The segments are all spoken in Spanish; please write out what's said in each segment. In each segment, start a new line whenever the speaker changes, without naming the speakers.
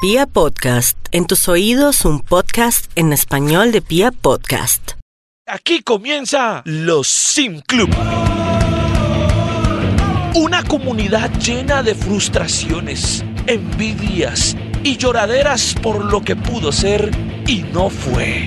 Pia Podcast, en tus oídos un podcast en español de Pia Podcast.
Aquí comienza los Sim Club. Una comunidad llena de frustraciones, envidias y lloraderas por lo que pudo ser y no fue.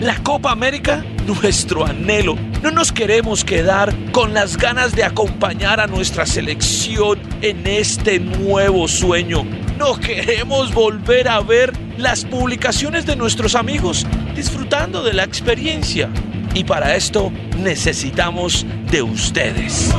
La Copa América, nuestro anhelo. No nos queremos quedar con las ganas de acompañar a nuestra selección en este nuevo sueño. No queremos volver a ver las publicaciones de nuestros amigos disfrutando de la experiencia. Y para esto necesitamos de ustedes.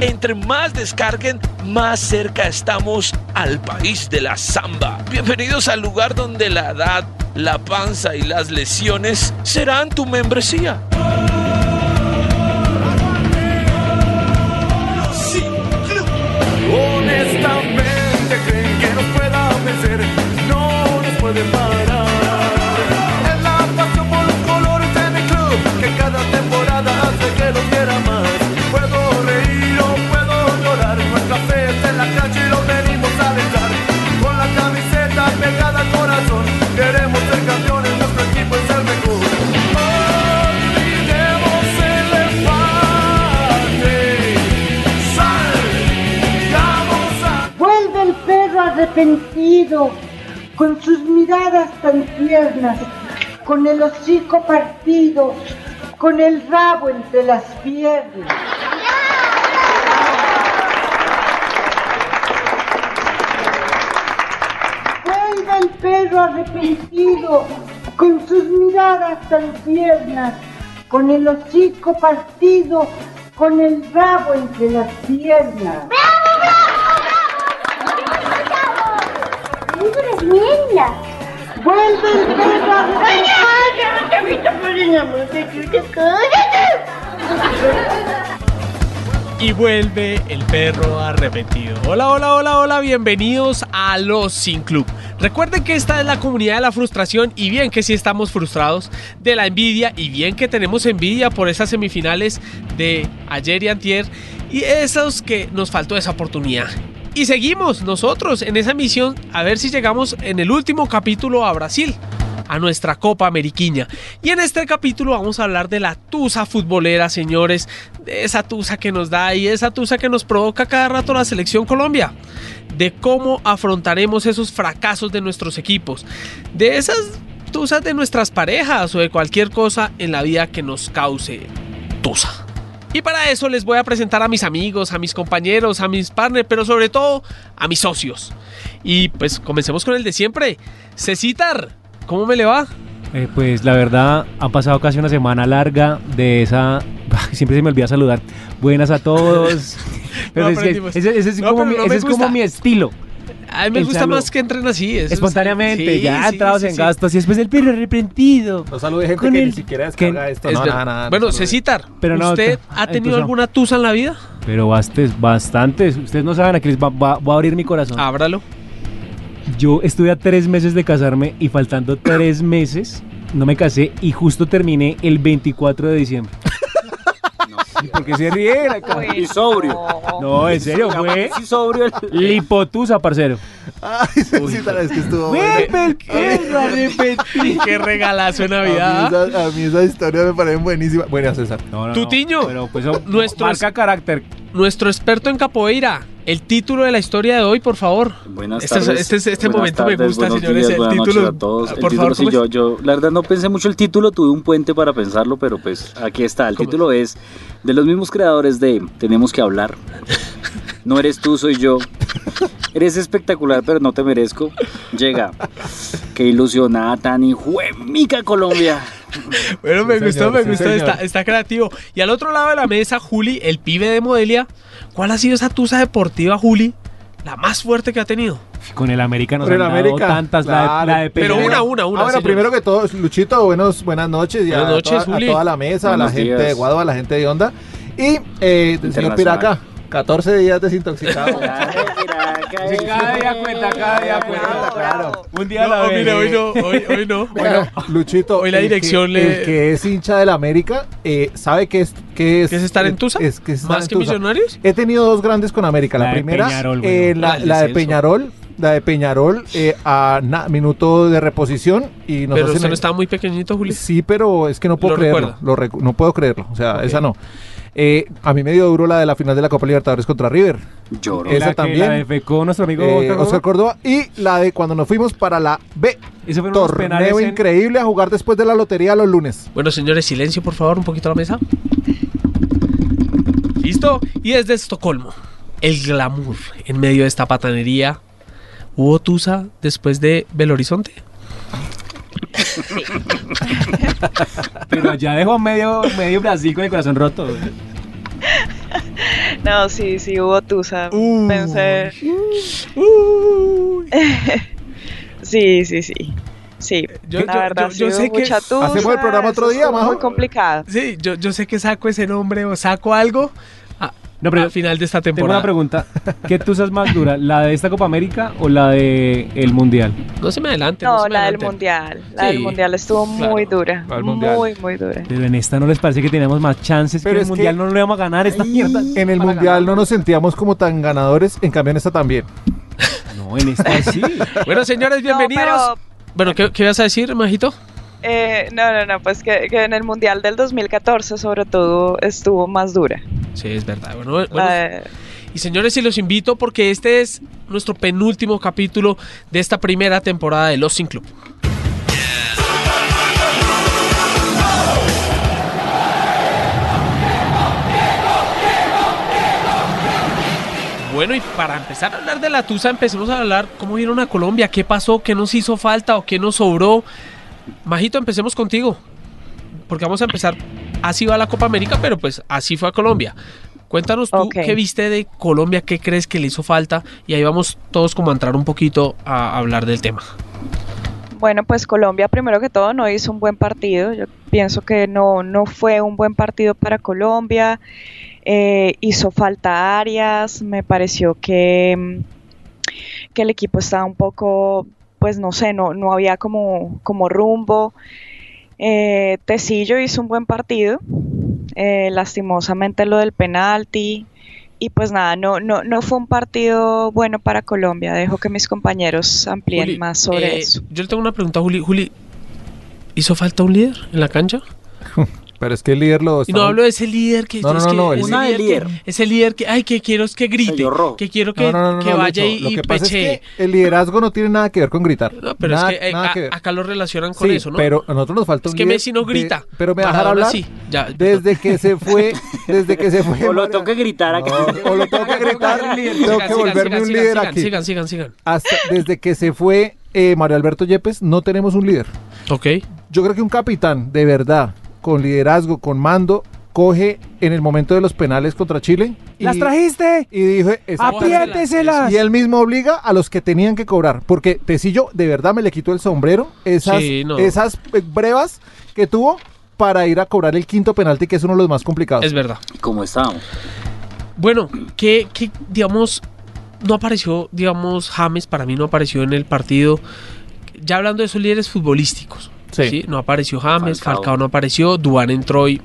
Entre más descarguen, más cerca estamos al país de la samba. Bienvenidos al lugar donde la edad, la panza y las lesiones serán tu membresía.
Honestamente creen que nos pueda vencer, no nos pueden parar. Es la pasión por los colores en el club que cada temporada hace que lo quiera más. Puedo reír o puedo llorar, nuestra fe está en la calle y lo venimos a alentar. Con la camiseta pegada al corazón, queremos ser campeones, nuestro equipo es el mejor. Olvidemos el empate, salgamos a
Vuelve el perro arrepentido, con sus miradas tan tiernas, con el hocico partido, con el rabo entre las piernas. Vuelve el perro arrepentido, con sus miradas tan tiernas, con el hocico partido, con el rabo entre las piernas.
¡Libres mierda!
Vuelve el perro arrepentido.
¡Ay, te visto por el amor de Dios! ¡Cállate!
Y vuelve el perro arrepentido. Hola, hola, hola, hola, bienvenidos a Los Sin Club. Recuerden que esta es la comunidad de la frustración y bien que sí estamos frustrados de la envidia y bien que tenemos envidia por esas semifinales de ayer y antier y esos que nos faltó esa oportunidad. Y seguimos nosotros en esa misión a ver si llegamos en el último capítulo a Brasil a nuestra Copa Ameriquiña. Y en este capítulo vamos a hablar de la tusa futbolera, señores, de esa tusa que nos da y esa tusa que nos provoca cada rato la selección Colombia, de cómo afrontaremos esos fracasos de nuestros equipos, de esas tusas de nuestras parejas o de cualquier cosa en la vida que nos cause tusa. Y para eso les voy a presentar a mis amigos, a mis compañeros, a mis partners, pero sobre todo a mis socios. Y pues comencemos con el de siempre. Cecitar, ¿cómo me le va?
Eh, pues la verdad, han pasado casi una semana larga de esa. Siempre se me olvida saludar. Buenas a todos.
No
Pero es que
aprendimos.
ese, ese es,
No,
como
pero
mi,
no me
ese es como
gusta.
mi estilo.
A mí me
El
gusta
saludo.
más que entren así. eso es-
Espontáneamente,
Sí,
ya
sí,
entrados
sí,
en
sí. Pues
gastos y después el perro arrepentido.
No salude gente
Con
que
el-
ni siquiera descarga
que-
esto.
Es
No,
verdad.
nada, nada.
bueno,
no salude.
Cecitar,
Pero no,
¿usted
ah,
ha tenido
entonces no.
alguna tusa en la vida?
Pero bastes, bastantes. Ustedes no saben a qué les va, va- va a abrir mi corazón.
Ábralo.
Yo estuve a tres meses de casarme y faltando tres meses no me casé y justo terminé el 24 de diciembre. ¿Por qué se ríen acá?
Y sobrio.
No, en serio, fue
Sí, sobrio. el-
lipotusa, parcero.
Ay, Cecitar, es que estuvo buena.
Vuelve el perro arrepentido.
Qué regalazo de
A mí,
Navidad.
esa, a mí esas historias me parecen buenísimas. Bueno, César.
No, no,
Tutiño.
no, Pero pues eso
Nuestro
marca carácter.
Nuestro experto en capoeira. El título de la historia de hoy, por favor.
Buenas
Este es-
tardes.
este es- este
buenas
momento me
tardes,
gusta,
buenos
señores,
días,
el
buenas noches
título.
a todos.
Ah,
El
por
título,
favor,
sí,
¿cómo
yo, yo, la verdad no pensé mucho el título, tuve un puente para pensarlo, pero pues aquí está. El
¿Cómo?
título es de los mismos creadores de Tenemos que hablar. No eres tú, soy yo. Eres espectacular, pero no te merezco. Llega. Qué ilusionada tan hijuemica Colombia.
Bueno, me
Sí,
gustó,
señor,
me
sí,
gustó.
señor.
Está, está creativo. Y al otro lado de la mesa, Juli, el pibe de Modelia. ¿Cuál ha sido esa tusa deportiva, Juli? La más fuerte que ha tenido.
Con el América nos
Con el
han dado
América,
tantas. La, de-
claro.
la de
Pero
Peñarol.
una, una, pues. una.
ah, bueno,
señores.
primero que todo, Luchito, buenos, buenas noches. y a
Buenas noches,
toda- a,
Juli.
toda la mesa, a la
Buenos
gente
días.
de Guado, a la gente de Onda. Y eh, el señor
Internacional.
Piraca, 14 días desintoxicado.
Sí, cada día cuenta, cada día
Claro,
cuenta.
claro.
Un día a la
No, oh,
vez.
mira, hoy no, hoy, hoy no. hoy no.
Bueno, Luchito,
hoy la
el que-
dirección le-
El que es hincha del América, eh, ¿sabe qué es, qué es?
¿Qué es estar en Tusa?
Es que es estar
¿Más
en
que
Tusa.
Millonarios?
He tenido dos grandes con América. La,
La de
primera,
Peñarol,
eh,
bueno.
la,
La del
la de
descenso.
Peñarol. La de Peñarol eh, a na- minuto de reposición y nos hacen
Pero usted
el-
no estaba muy pequeñito, Juli.
Sí, pero es que no puedo
¿Lo
creerlo.
recuerda?
Lo recu- no puedo creerlo. O sea, esa no. Eh, a mí me dio duro la de la final de la Copa Libertadores contra River.
Lloro.
Esa
La que
también.
La defecó nuestro amigo
eh,
Oscar
Oscar
Córdoba.
Córdoba. Y la de cuando nos fuimos para la B.
Ese fueron unos penales
Torneo
en-
increíble a jugar después de la lotería los lunes.
Bueno, señores, silencio, por favor, un poquito a la mesa. Listo. Y desde Estocolmo, el glamour en medio de esta patanería. ¿Hubo Tusa después de Belo Horizonte?
Pero ya dejó medio, medio Brasil con el corazón roto. güey.
No, sí, sí, hubo Tusa. Pensé. sí, sí, sí. Sí.
Eh, Yo-
la
yo-
verdad,
yo-
sí
yo
hubo
sé que- ah,
mucha tusa,
¿Hacemos el programa otro
eso
día,
estuvo
Majo?
Muy complicado.
Sí, yo, yo sé que saco ese nombre o saco algo a-
No, pero
al final de esta
tengo una
temporada.
pregunta. ¿Qué tusa es más dura? ¿La de esta Copa América o la de el Mundial?
no se me adelante.
No,
se me
la del
adelante.
mundial. La del
Sí,
mundial estuvo muy
claro,
dura.
la del Mundial.
Muy, muy dura.
Pero en esta no les parece que teníamos más chances
Pero
que el
es que-
Mundial no lo íbamos a ganar esta mierda.
En el
Para
mundial no nos sentíamos como tan ganadores, en cambio en esta también.
ganar. No, en esta sí.
Bueno, señores,
No,
bienvenidos.
pero,
Bueno, ¿qué, ¿qué vas a decir, Majito?
eh, no, no, no, pues que, que en el mundial del 2014 sobre todo estuvo más dura.
Sí, es verdad. Bueno, bueno,
La de-
Y señores, y los invito porque este es nuestro penúltimo capítulo de esta primera temporada de Los Sin Club. Bueno, y para empezar a hablar de la Tusa, empecemos a hablar cómo vieron a Colombia, qué pasó, qué nos hizo falta o qué nos sobró. Majito, empecemos contigo, porque vamos a empezar. Así va la Copa América, pero pues así fue a Colombia. Cuéntanos tú
Ok.
qué viste de Colombia, qué crees que le hizo falta, y ahí vamos todos como a entrar un poquito a hablar del tema.
Bueno, pues Colombia primero que todo no hizo un buen partido. Yo pienso que no, no fue un buen partido para Colombia. Eh, hizo falta áreas. Me pareció que, mm, que el equipo estaba un poco, pues no sé, no, no había como, como rumbo. Eh, Tecillo hizo un buen partido. Eh, lastimosamente lo del penalti. Y pues nada, no, no, no fue un partido bueno para Colombia. Dejo que mis compañeros amplíen
Juli,
más sobre
eh,
eso.
Yo le tengo una pregunta a Juli. Juli, ¿hizo falta un líder en la cancha?
Pero es que el líder lo...
Y no
estamos-
hablo de ese líder que
No, no,
es
no,
que-
no, el
ese
Una de
líder, que-
líder.
ese líder que ay que quiero es que grite,
Señor Rojo.
que quiero
No, no,
que,
no, no,
que
no,
vaya
Lucho,
y,
lo
y
que pasa es
peche.
que el liderazgo no tiene nada que ver con gritar.
No, pero
nada,
es que, eh,
nada
a-
que ver.
acá lo relacionan con
Sí,
eso, ¿no?
Pero a nosotros nos falta
es
un
que
líder
Messi no
de-
grita.
pero me dejar
Maradona
hablar.
sí. Ya,
Desde que se fue, desde que se fue.
O lo
Maradona-
tengo que gritar aquí.
No, o lo tengo que gritar. tengo
Sigan,
que
sigan,
volverme
sigan,
un
sigan,
líder
sigan,
aquí.
Sigan, sigan, sigan.
Hasta desde que se fue eh, Mario Alberto Yepes, no tenemos un líder.
Ok.
Yo creo que un capitán de verdad, con liderazgo, con mando, coge en el momento de los penales contra Chile. y-
¡Las trajiste!
Y dijo,
¡Apriéteselas!
Y él mismo obliga a los que tenían que cobrar. Porque Tecillo de verdad me le quitó el sombrero. Esas,
Sí, no.
esas eh, brevas que tuvo para ir a cobrar el quinto penalti, que es uno de los más complicados.
Es verdad.
¿Cómo estábamos?
Bueno, que, que, digamos, no apareció, digamos, James, para mí no apareció en el partido. Ya hablando de esos líderes futbolísticos,
Sí.
sí. No apareció James,
Falcao.
Falcao, no apareció, Duan entró y,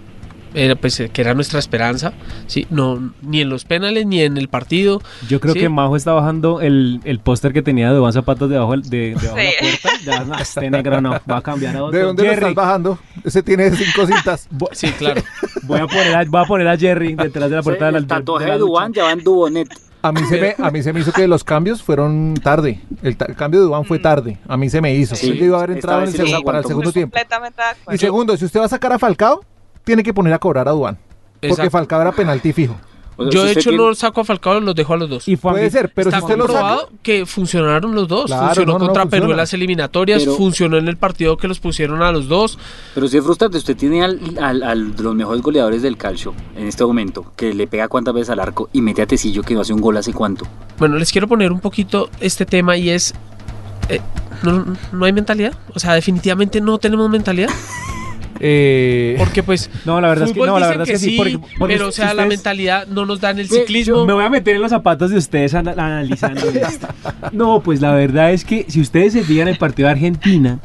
eh, pues, eh, que era nuestra esperanza, ¿sí? No, ni en los penales, ni en el partido.
Yo creo
Sí.
que Majo está bajando el, el póster que tenía de Duván Zapatos debajo de, debajo de la
Sí.
puerta. Ya, no, este negro no, va a cambiar a otro.
¿De dónde lo
Jerry,
estás bajando? Ese tiene cinco cintas.
Sí, claro.
voy, a poner a, voy a poner a Jerry detrás de la puerta de la
el tatuaje
de
de
la
Dubán
ducha.
ya va en Dubonet.
A mí, se me, a mí se me hizo que los cambios fueron tarde. El, ta- el cambio de Dubán fue tarde. A mí se me hizo.
Mm. Sí.
Él debió haber
Esta
entrado en
vez
el
sí los
segundo- para el
aguantó
segundo
mucho.
tiempo.
completamente de
Y
acuerdo.
segundo, si usted va a sacar a Falcao, tiene que poner a cobrar a Dubán. Porque
Exacto.
Falcao era penalti fijo.
O
Yo,
sea, si
de
usted
hecho,
tiene-
no saco a Falcao, los dejo a los dos.
Y fue
Puede ser, pero si
Está
usted lo saca...
comprobado que funcionaron los dos.
Claro,
funcionó
no, no,
contra Perú
funciona.
en las eliminatorias,
Pero-
funcionó en el partido que los pusieron a los dos.
Pero sí es frustrante, usted tiene al, al- al de los mejores goleadores del calcio en este momento, que le pega cuántas veces al arco y mete a Tecillo que no hace un gol hace cuánto.
Bueno, les quiero poner un poquito este tema y es... eh, no, no hay mentalidad. O sea, definitivamente no tenemos mentalidad.
Eh,
Porque pues
No, la verdad es que,
fútbol
no, la
dicen
verdad es que sí. porque- porque
pero o
si
sea, la
ustedes-
mentalidad no nos dan el ciclismo.
Me voy a meter en los zapatos de ustedes ana- analizando. esto. no, pues la verdad es que si ustedes se fijan el partido de Argentina,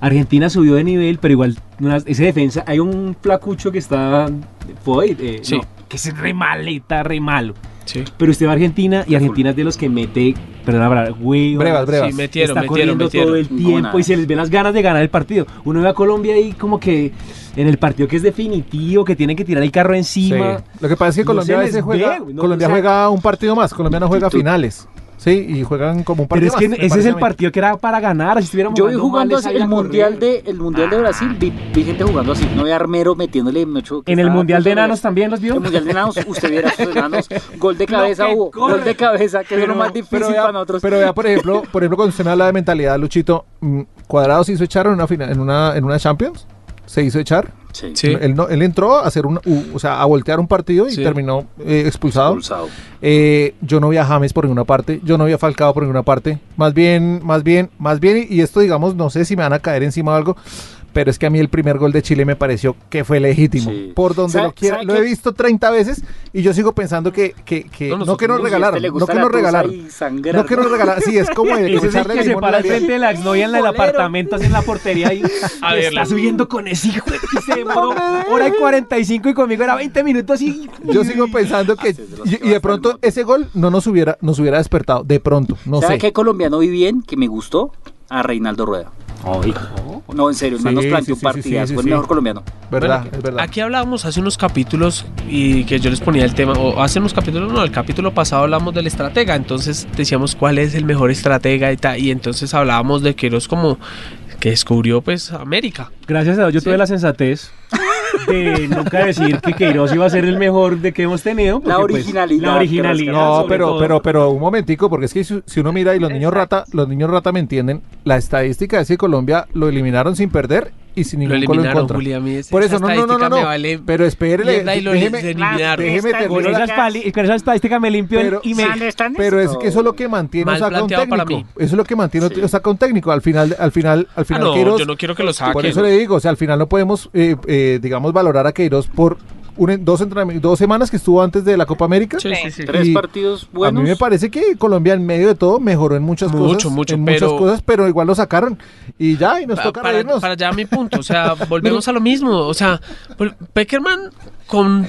Argentina subió de nivel, pero igual una- esa defensa, hay un flacucho que está Foyt, eh,
Sí.
no, que es re maleta, re malo.
Sí.
Pero usted va a Argentina y Argentina es de los que mete, perdón, la palabra, huevos,
brevas, brevas.
Sí, metieron,
está
metieron,
corriendo
metieron.
todo el
Como
tiempo
nada.
y se les ve las ganas de ganar el partido. Uno ve a Colombia y como que en el partido que es definitivo, que tienen que tirar el carro
Sí.
encima.
Lo que pasa es que
No
Colombia
se
a
les
veces juega,
ve, güey, no,
Colombia
o sea-
juega un partido más, Colombia no juega finales. Sí, y juegan como un
Pero
partido
es que
más, me
ese es
parece a
el
mí.
partido que era para ganar. Si estuviéramos
Yo vi
jugando mal,
jugando
esa
así,
iba
el
a
mundial,
correr.
de, el mundial de Brasil, vi, vi gente jugando así, no vi armero metiéndole mucho.
En el mundial de enanos también los
El
vio.
mundial de enanos, usted viera esos enanos, gol de cabeza
que
hubo,
corre.
gol de cabeza, que es lo
Pero-
más difícil
Pero vea,
para nosotros.
pero vea, por ejemplo, por ejemplo, cuando usted me habla de mentalidad, Luchito, mm, Cuadrado se hizo echar en una, fina- en una, en una Champions, se hizo echar.
Sí,
Sí.
Él, no- él entró a hacer un, u- o sea, a voltear un partido y
Sí.
terminó eh, expulsado.
expulsado.
Eh, yo no vi a James por ninguna parte, yo no vi a Falcao por ninguna parte. Más bien, más bien, más bien, y esto digamos, no sé si me van a caer encima o algo, pero es que a mí el primer gol de Chile me pareció que fue legítimo.
Sí.
Por donde
¿Sabe-
lo quiera,
sabe
lo
que-
he visto 30 veces y yo sigo pensando que, que, que-
No,
no,
nosotros-
que nos
Uy,
regalaron,
este le
no
gusta
que
la
nos
tusa
regalaron.
y sangrar,
No que nos regalaron, sí, es como de
Ese es el
echarle
que se
limón a
para
la
al frente de la exnovia en la- en el
Bolero.
apartamento, así en la portería y
A
y
ver,
está
la-
subiendo con ese hijo de- y se demoró hora y 45 y conmigo era 20 minutos y
Yo sigo pensando que
Ah, de los
y,
que
y
va
de
hasta el
pronto
monte.
ese gol no nos hubiera nos hubiera despertado, de pronto, no
¿Sabe
sé.
qué colombiano vi bien que me gustó? A Reinaldo Rueda. No, en serio, el man
Sí,
nos planteó
sí, sí,
un partidazo,
sí, sí,
fue el
sí.
mejor colombiano.
¿Verdad?
Bueno,
es verdad.
Aquí hablábamos hace unos capítulos y que yo les ponía el tema, o hace unos capítulos, no, el capítulo pasado hablamos del estratega, entonces decíamos cuál es el mejor estratega y tal, y entonces hablábamos de Queiroz como que descubrió pues América.
Gracias a Dios yo tuve la sensatez de nunca decir que Queiroz iba a ser el mejor de que hemos tenido.
La
porque, pues,
originalidad,
la originalidad.
Carrascal.
No,
sobre
pero,
todo.
pero, pero un momentico, porque es que si, si uno mira y los niños rata, los niños rata me entienden, la estadística es que Colombia lo eliminaron sin perder y sin
Lo
ningún gol en
eliminaron,
contra.
Juli, a mí esa
Por eso, no, no, no,
estadística
no,
me
no.
vale
Pero espérele,
mierda y lo
déjeme,
eliminaron.
déjeme
Esta
Con
terminar.
esas, pali- con esa estadística me limpió
Pero-
el email.
Pero es que eso es lo que mantiene
Mal
o saca un
planteado para
técnico.
mí.
Eso es lo que mantiene
Sí.
o saca un técnico. Al final, al final, al
Ah,
final
no,
Queiroz-
yo no quiero que lo
Por
saquen.
eso le digo, o sea, al final no podemos eh, eh, digamos valorar a Queiroz por un en- dos, entrenami- dos semanas que estuvo antes de la Copa América.
Sí, sí, sí.
Tres
Y
partidos buenos.
A mí me parece que Colombia en medio de todo mejoró en muchas
Mucho,
cosas.
mucho,
en
pero-
muchas cosas, pero igual lo sacaron. Y ya, y nos
Pa-
toca
para,
reírnos.
para allá mi punto, o sea, volvemos a lo mismo, o sea, vol- Peckerman con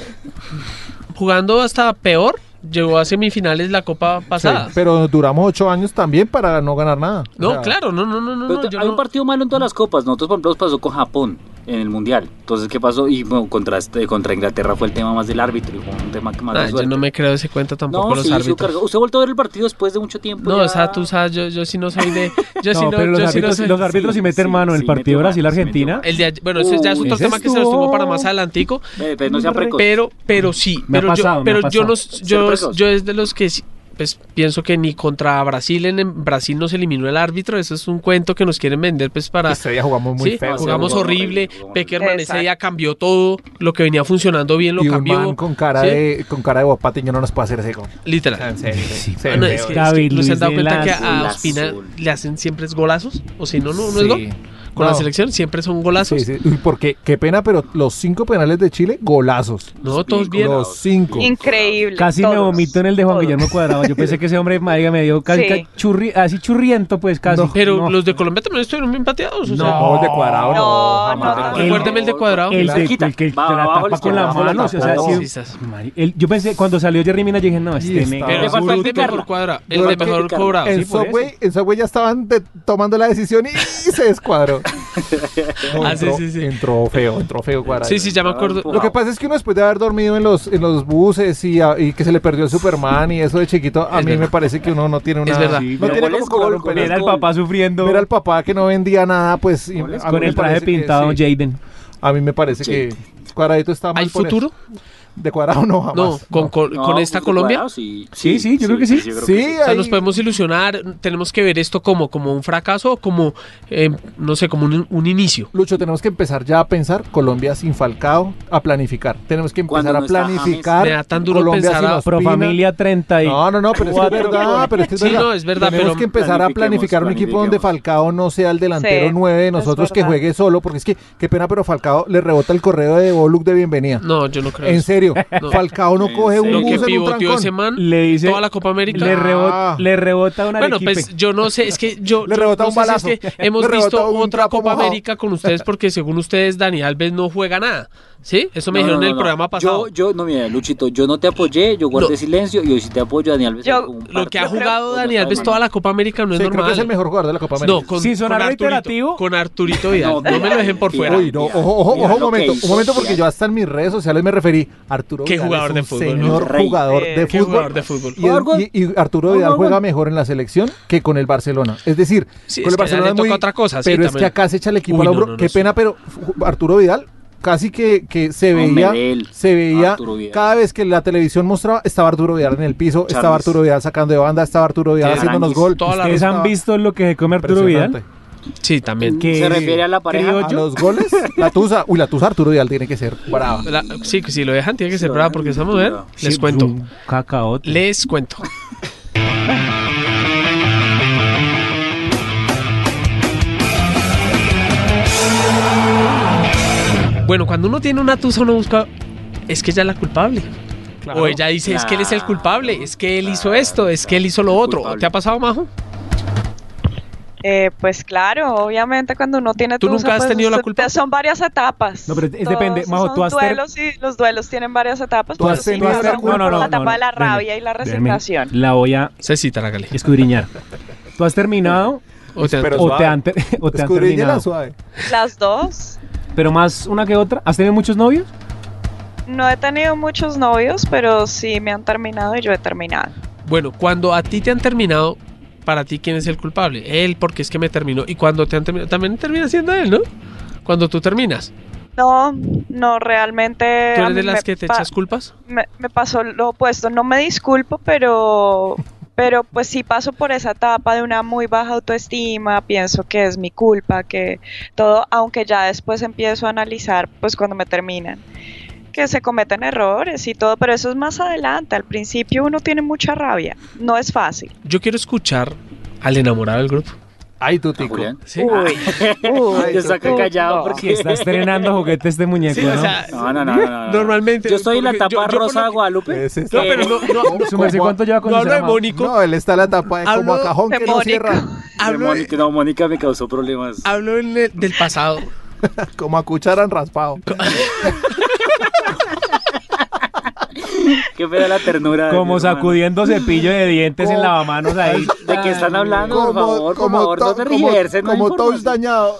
jugando hasta peor llegó a semifinales la Copa
Sí,
pasada.
pero duramos ocho años también para no ganar nada. O
No,
sea,
claro, no, no, no, no.
Pero
no,
t-
yo
hay
no-
un partido malo en todas las copas. Nosotros, por ejemplo, nos pasó con Japón en el Mundial. Entonces, ¿qué pasó? Y bueno, contra, este- contra Inglaterra fue el tema más del árbitro. Y fue un tema que más
Ah,
de
yo
suerte.
no me creo ese cuento tampoco
No,
los
sí, sí,
árbitros.
cargó. Usted volvió a ver el partido después de mucho tiempo.
no,
ya.
o sea, tú sabes, yo, yo sí no soy de. Yo sí
No,
no,
pero los
yo sí no
árbitros,
soy.
los árbitros sí,
Sí,
meten
sí,
mano en el
sí,
partido
metió mano, sí,
Brasil-Argentina.
metió
El de ayer- bueno, ese ya es
Uy,
otro
ese
tema que se los
estuvo-
tengo para más adelantico.
Ve, ve, Pues, no sea precoz.
Pero, pero sí,
Me ha
pero
pasado,
yo,
me
pero
ha
yo no,
pasado.
yo,
Ser precoz.
yo es de los que sí, pues pienso que ni contra Brasil en, en Brasil nos eliminó el árbitro. Eso es un cuento que nos quieren vender, pues para.
Ese este día jugamos muy
sí,
feo.
jugamos
jugó
horrible.
horrible, jugó horrible.
Peckerman ese
Exacto.
día cambió todo. Lo que venía funcionando bien lo
y un
cambió.
man con cara
¿sí?
de con cara de guapateño no nos puede hacer ese gol.
Literal.
Se
Ah, no,
ve
es que,
feo.
es que
David
no se han
Luis
dado
de
cuenta que a
Lazo.
Ospina le hacen siempre es golazos, o si no, no, no es
Sí.
gol. Con la
No.
selección siempre son golazos.
Sí, sí. Uy, porque qué pena, pero los cinco penales de Chile, golazos.
No, todos bien.
Los cinco.
Increíble.
Casi me
todos,
vomito en el de Juan
todos.
Guillermo Cuadrado. Yo pensé que ese hombre marica, me dio casi
Sí.
ca- churri- así churriento, pues casi.
Pero
No.
los de Colombia también estuvieron bien pateados. O
No.
sea,
No, el de cuadrado no.
No,
jamás.
no,
no.
recuérdeme el de cuadrado.
el de,
Cerquita.
el que
Va,
te la
va, va,
tapa con
la
las
izquierda, va, la
manos. O sea,
tapa.
sí,
No,
sí, estás.
Mari- el- yo pensé, cuando salió Jerry Mina, dije, no,
Y
este me.
estaba-
Pero
Le
fue
faltó
el
el
de
de
mejor
Carla.
cuadra, el
Yo
de
creo que
mejor
Carla.
cobrado.
En
Sí, por
Subway, en Subway ya estaban de- tomando la decisión y se descuadró. No,
Ah, sí,
entró,
sí, sí.
entró feo, entró feo Cuadrado.
Sí, sí, ya me acuerdo.
Lo que pasa es que uno después de haber dormido en los, en los buses y, a- y que se le perdió el Superman y eso de chiquito, a
Es
mí me
verdad.
parece que uno no tiene una...
Es verdad.
Sí,
No
pero
tiene
¿cuál
como
es
cobrar
gol?
un
¿Cuál
penal.
Ver
es
al papá sufriendo
Ver al papá que no vendía nada, pues... y a mí
con
me
el traje
parece que
pintado
sí.
Jaden.
A mí me parece
Sí.
que Cuadradito está mal
¿Hay
por eso.
futuro?
De cuadrado no jamás.
No, con, con-
No,
con esta
pues,
Colombia.
bueno, sí,
Sí, sí, yo creo que sí.
yo creo
sí,
que
O sea,
ahí-
nos podemos ilusionar, tenemos que ver esto como, como un fracaso o como, eh, no sé, como un, un inicio.
Lucho, tenemos que empezar ya a pensar Colombia sin Falcao, a planificar. Tenemos que empezar
Cuando no
a
está James.
planificar
Me da tan duro
Colombia
pensar
sin
a-
Pro
Ospina.
Familia 30 y...
No, no, no, pero es que es
Cuatro
verdad, pero es que es
Sí,
verdad.
no, es verdad,
Tenemos
pero
que empezar a
planifiquemos,
planificar un equipo donde
planifiquemos.
Falcao no sea el delantero
Sí,
9 de
es
nosotros que
verdad.
juegue solo, porque es que, qué pena, pero Falcao le rebota el correo de Boluc de bienvenida.
No, yo no creo.
En
eso.
serio,
No.
Falcao no
En
coge un
serio.
Lo
bus
que
en un
pivoteó
trancón.
ese man,
Le dice-
toda la Copa América.
Le, rebota,
Ah.
le rebota un
Bueno,
Arequipe.
pues yo no sé, es que yo,
Le
yo
rebota
no
un
sé si
balazo.
es que hemos
Le rebota
visto
un
otra
trapo
Copa
mojado.
América con ustedes porque según ustedes Dani Alves no juega nada. ¿Sí? Eso me
No,
dijeron
no,
en el
no, no.
programa pasado.
Yo, yo, no, mira, Luchito, yo no te apoyé, yo guardé
No.
silencio y hoy sí te apoyo, Daniel Alves.
Yo-
en un
Lo que ha
partido.
jugado
Otra
Dani Alves
semana.
toda la Copa América no
Sí,
es
creo
normal.
que es el mejor jugador de la Copa América.
No, con,
Sin sonar
con Arturito,
reiterativo.
con Arturito Vidal. No, me lo dejen por
mentira,
fuera.
Uy, no,
mira,
ojo, ojo,
mira
ojo, un
lo que
momento,
hizo,
un momento porque
mira.
yo hasta en mis redes sociales me referí. Arturo
Qué
Vidal
jugador
es
de
un
fútbol,
señor
¿no? Rey.
jugador
Eh,
de
Qué
fútbol.
jugador de fútbol.
Y, el- y- y Arturo Vidal
Jugador.
juega mejor en la selección que con el Barcelona. Es decir,
Sí,
con el
es que ya le
Barcelona es
toca
muy-
otra cosa, sí,
Pero es
también.
que acá se echa el equipo
Uy,
al
no,
hombro.
no, no,
Qué
sí.
pena, pero ju- Arturo Vidal casi que, que se
Hombre,
veía,
de él,
se veía
Arturo Vidal.
cada vez que la televisión mostraba, estaba Arturo Vidal en el piso, estaba
Charles.
Arturo Vidal sacando de banda, estaba Arturo Vidal
Aránguiz.
haciéndonos gol.
Toda la
¿Ustedes han visto lo que se come Arturo Vidal?
Impresionante.
Sí, también.
Que-
¿Se refiere a la pareja?
criollo.
A los goles, la Tusa, uy, la Tusa Arturo Vidal tiene que ser brava.
La- sí, que si lo dejan tiene que
Si
ser
lo
brava
dejan,
porque esa mujer,
brava.
les
Sí,
cuento,
un Cacaote.
les cuento. Bueno, cuando uno tiene una tusa uno busca, es que ella es la culpable.
Claro.
o ella dice, es que él es el
Claro,
culpable, es que él hizo
claro,
esto, es que él hizo lo
el
otro.
culpable.
¿Te ha pasado, Majo?
Eh, pues claro, obviamente cuando uno tiene
¿Tú
tusa,
nunca has
pues,
tenido la
usted-
culpa?
Son varias etapas.
No, pero es- es depende.
Todos
Majo,
son
¿tú has ter-
duelos y los duelos tienen varias etapas.
¿Tú has
pero sí,
tenido
pasan
la
por
culpa?
la etapa de la rabia y la resignación.
La voy a
Cecita, hágale.
escudriñar. ¿Tú has terminado
O sea,
Pero
o
suave.
te han, ter- o te han
Escudriñela
terminado?
suave.
Las dos.
Pero más una que otra. ¿Has tenido muchos novios?
No he tenido muchos novios, pero sí me han terminado y yo he terminado.
Bueno, cuando a ti te han terminado, para ti, ¿quién es el culpable? Él, porque es que me terminó. Y cuando te han terminado, también termina siendo él, ¿no? Cuando tú terminas.
No, no, realmente.
¿Tú
Eh, a
eres de
mí
las
me
que te
pa-
echas culpas?
me, me pasó lo opuesto. No me disculpo, pero, pero pues sí paso por esa etapa de una muy baja autoestima. Pienso que es mi culpa, que todo, aunque ya después empiezo a analizar, pues cuando me terminan, que se cometen errores y todo, pero eso es más adelante. Al principio uno tiene mucha rabia. No es fácil.
Yo quiero escuchar al enamorado del grupo.
Ay, tú,
Ah,
tico.
Julián.
¿Sí?
Uy,
Te saca callado
Si
porque.
estás estrenando juguetes de muñeco,
Sí,
¿no?
o sea,
No, no, no, no, no, no.
Normalmente-
Yo estoy en la
porque yo-
etapa
yo por
rosa
lo
de
que-
Guadalupe.
Ese es-
No, pero no, no,
Su merced, ¿cuánto lleva con
no hablo de
Saramago?
Mónico.
No, él está en la etapa de como a
Hablo
cajón que no
demónico.
cierra,
De
Hablo, de-
Mónica, no, Mónica me causó problemas.
hablo en el- del pasado.
como a cuchara en raspado.
Qué pena la ternura. de mi
Como
hermano.
sacudiendo cepillo de dientes en
Como-
lavamanos ahí.
¿De qué están hablando? Por favor, por favor, no
to-
te
como,
riversen, no hay
como touch
información.
dañado.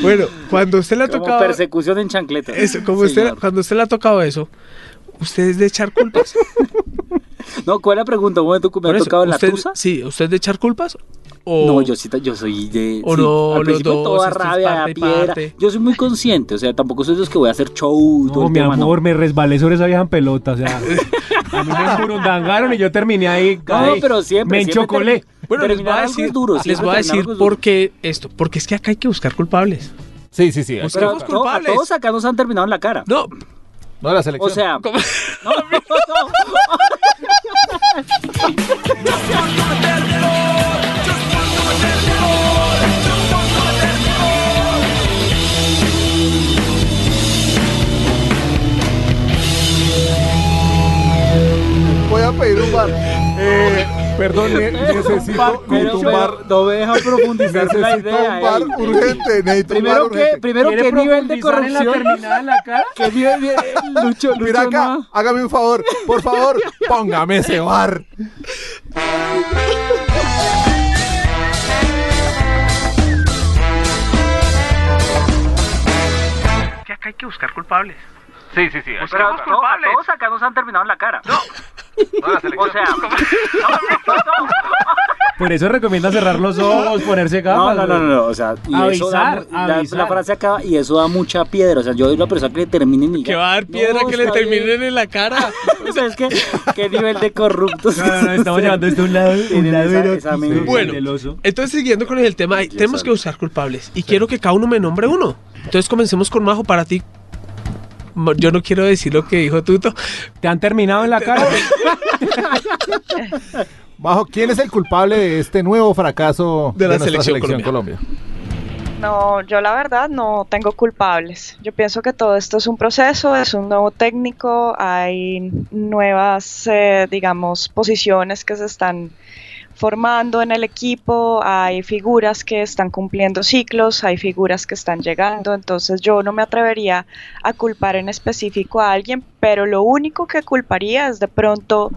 Bueno, cuando usted le ha
Como
tocado.
persecución en chancleta.
Eso, como usted-
Señor.
cuando usted le ha tocado eso, usted es de echar culpas.
No, ¿cuál es la pregunta? ¿Un momento que me
Por
ha
eso,
tocado en la
usted-
tusa?
Sí, ¿usted es de echar culpas? O...
No, yo sí, yo soy de.
o
sí,
no,
al
los
principio
dos,
toda
esto es
rabia,
parte y
piedra.
parte.
Yo soy muy consciente, o sea, tampoco soy de los que voy a hacer show. todo
No,
el
mi
tema, no.
amor, me resbalé sobre esa vieja en pelota. O sea, a mí me enturundangaron y yo terminé ahí.
No,
ahí.
pero siempre.
Me
siempre
enchocolé.
termi-
Bueno, les voy
terminar
a
algo es
decir,
duro,
les
siempre
voy a
terminar
decir
algo es duro.
por qué esto. Porque es que acá hay que buscar culpables.
Sí, sí, sí. ahí está.
Pero
Busquemos
a to- a
culpables.
todos acá nos han terminado en la cara.
No,
No, la
O
selección.
sea.
¿cómo?
No, no, no.
voy a pedir un bar. Eh, perdón, ne- necesito
Pero,
un
pero
bar.
no me dejan profundizar la
Necesito
idea.
un bar
ey.
urgente. Necesito un bar
Primero que,
urgente.
primero
¿Quiere
que nivel de
profundizar en la
corrupción.
terminada en la cara?
¿Qué nivel de Lucho, Lucho
Mira acá,
no.
hágame un favor. Por favor, póngame ese bar.
que acá hay que buscar culpables.
Pero a to- a todos acá nos han terminado en la cara. No. O sea,
Por eso recomienda cerrar los ojos, ponerse
No,
gafas.
no, no, no, no, o sea, y eso da
Avisar,
mu- la- la,
avisar.
frase acaba y eso da mucha piedra, o sea, yo doy la persona que le terminen y
Que va a dar piedra que le terminen en la cara.
O sea, es que qué nivel de corruptos.
No, no, no, estamos llevando esto a un lado,
Tienen
un lado
esa-
erótico,
esa mente.
del-
Bueno.
del oso.
Entonces, siguiendo con el tema, tenemos
sabe.
que buscar culpables. Y quiero que cada uno me nombre uno. Entonces, comencemos con Majo. Para ti, Mo- yo no quiero decir lo que dijo Tuto.
Te han terminado en la cara.
Majo, ¿quién es el culpable de este nuevo fracaso
De la
nuestra
selección
Colombia?
No, yo la verdad no tengo culpables. Yo pienso que todo esto es un proceso, es un nuevo técnico, hay nuevas, eh, digamos, posiciones que se están formando en el equipo, hay figuras que están cumpliendo ciclos, hay figuras que están llegando, entonces yo no me atrevería a culpar en específico a alguien, pero lo único que culparía es de pronto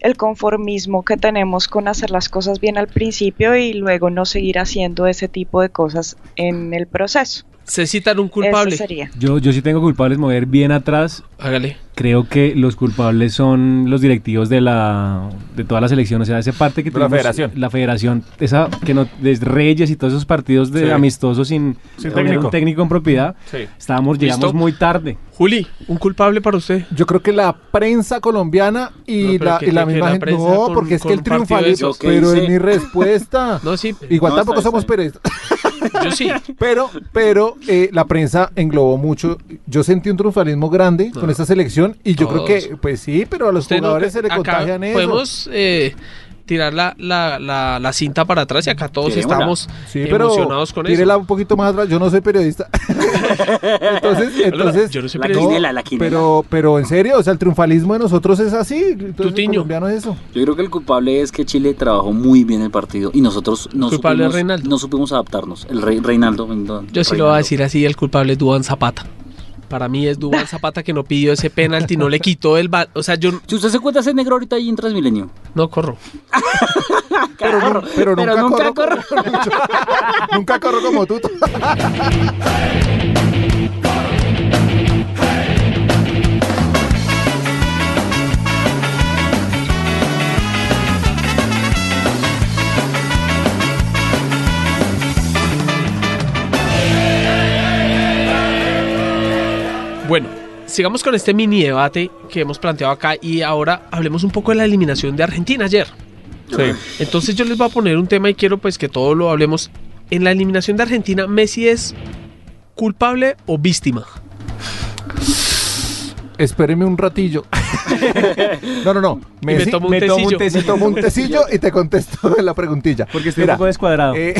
el conformismo que tenemos con hacer las cosas bien al principio y luego no seguir haciendo ese tipo de cosas en el proceso.
Se citan un
Eso
culpable.
sería.
Yo, yo sí tengo culpables mover bien atrás.
Hágale.
Creo que los culpables son los directivos de la de toda la selección, o sea, esa parte que
De la
tuvimos-
federación.
la federación, esa que no de Reyes y todos esos partidos de
Sí.
amistosos sin,
Sin
tener
técnico.
un técnico en propiedad.
Sí.
Estábamos
¿Listo?
llegamos muy tarde.
Juli, un culpable para usted.
Yo creo que la prensa colombiana
No,
y
pero
la,
¿qué
y la
tiene que
misma
la
gente.
prensa
No,
con-
porque es
con
que el
un partido de
triunfalismo.
esos?
¿Qué
Pero es
dice?
mi respuesta.
No, sí.
Igual
No,
tampoco
está bien,
somos periodistas.
Yo sí.
Pero, pero eh, la prensa englobó mucho. Yo sentí un triunfalismo grande con esta selección y yo creo
Ah. Todos.
que, pues sí, pero a los
Usted no-
jugadores se le
acá
contagian eso.
Podemos eh, tirar la, la, la, la cinta para atrás y acá todos
Tirémosla.
estamos
Sí, pero
emocionados con eso.
tírela un poquito más atrás. Yo no soy periodista. entonces, entonces.
yo no soy
La
periodista.
quinela, la quinela.
Pero, pero en serio, o sea, el triunfalismo de nosotros es así. Entonces,
Tutiño.
el colombiano es eso.
Yo creo que el culpable es que Chile trabajó muy bien el partido y nosotros no,
Culpable es
supimos,
Reinaldo.
no supimos adaptarnos. El rey Reinaldo. perdón,
Yo sí
Reinaldo.
lo voy a decir así, el culpable es Duván Zapata. Para mí es Duván Zapata que no pidió ese penalti, no le quitó el... ba- O sea, yo
Si usted se cuenta ese negro ahorita ahí en Transmilenio.
no corro.
Pero, nu- pero nunca,
nunca
corro, como- nunca corro como tú.
Bueno, sigamos con este mini debate que hemos planteado acá y ahora hablemos un poco de la eliminación de Argentina ayer. Entonces yo les voy a poner un tema y quiero pues que todos lo hablemos. En la eliminación de Argentina, ¿Messi es culpable o víctima?
Espéreme un ratillo. no, no, no.
Y me
Messi,
tomo un
me tomo un
tecillo.
tecillo.
me tomo un tecillo y te contesto la preguntilla.
Porque estoy
Mira,
un poco descuadrado.
Eh,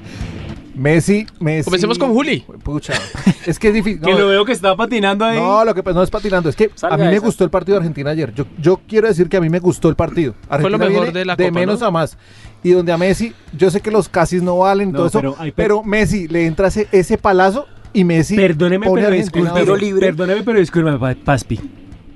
Messi, Messi.
Comencemos con Juli.
Pucha, es que es difícil.
que lo
No,
veo que está patinando ahí.
no, lo que pasa no es patinando, es que
Salga
a mí me
esa.
gustó el partido de Argentina ayer. Yo, yo quiero decir que a mí me gustó el partido. Argentina
lo mejor
viene
de la Copa,
menos
¿no?
a más. Y donde a Messi, yo sé que los casis no valen,
No,
todo eso,
pero
pero,
hay-
Messi le entra ese, ese palazo y Messi
Perdóneme,
pone a
pero
Argentina
discúlpeme.
Tiro
dos.
libre.
Perdóneme, pero discúlpeme, pa- Paspi.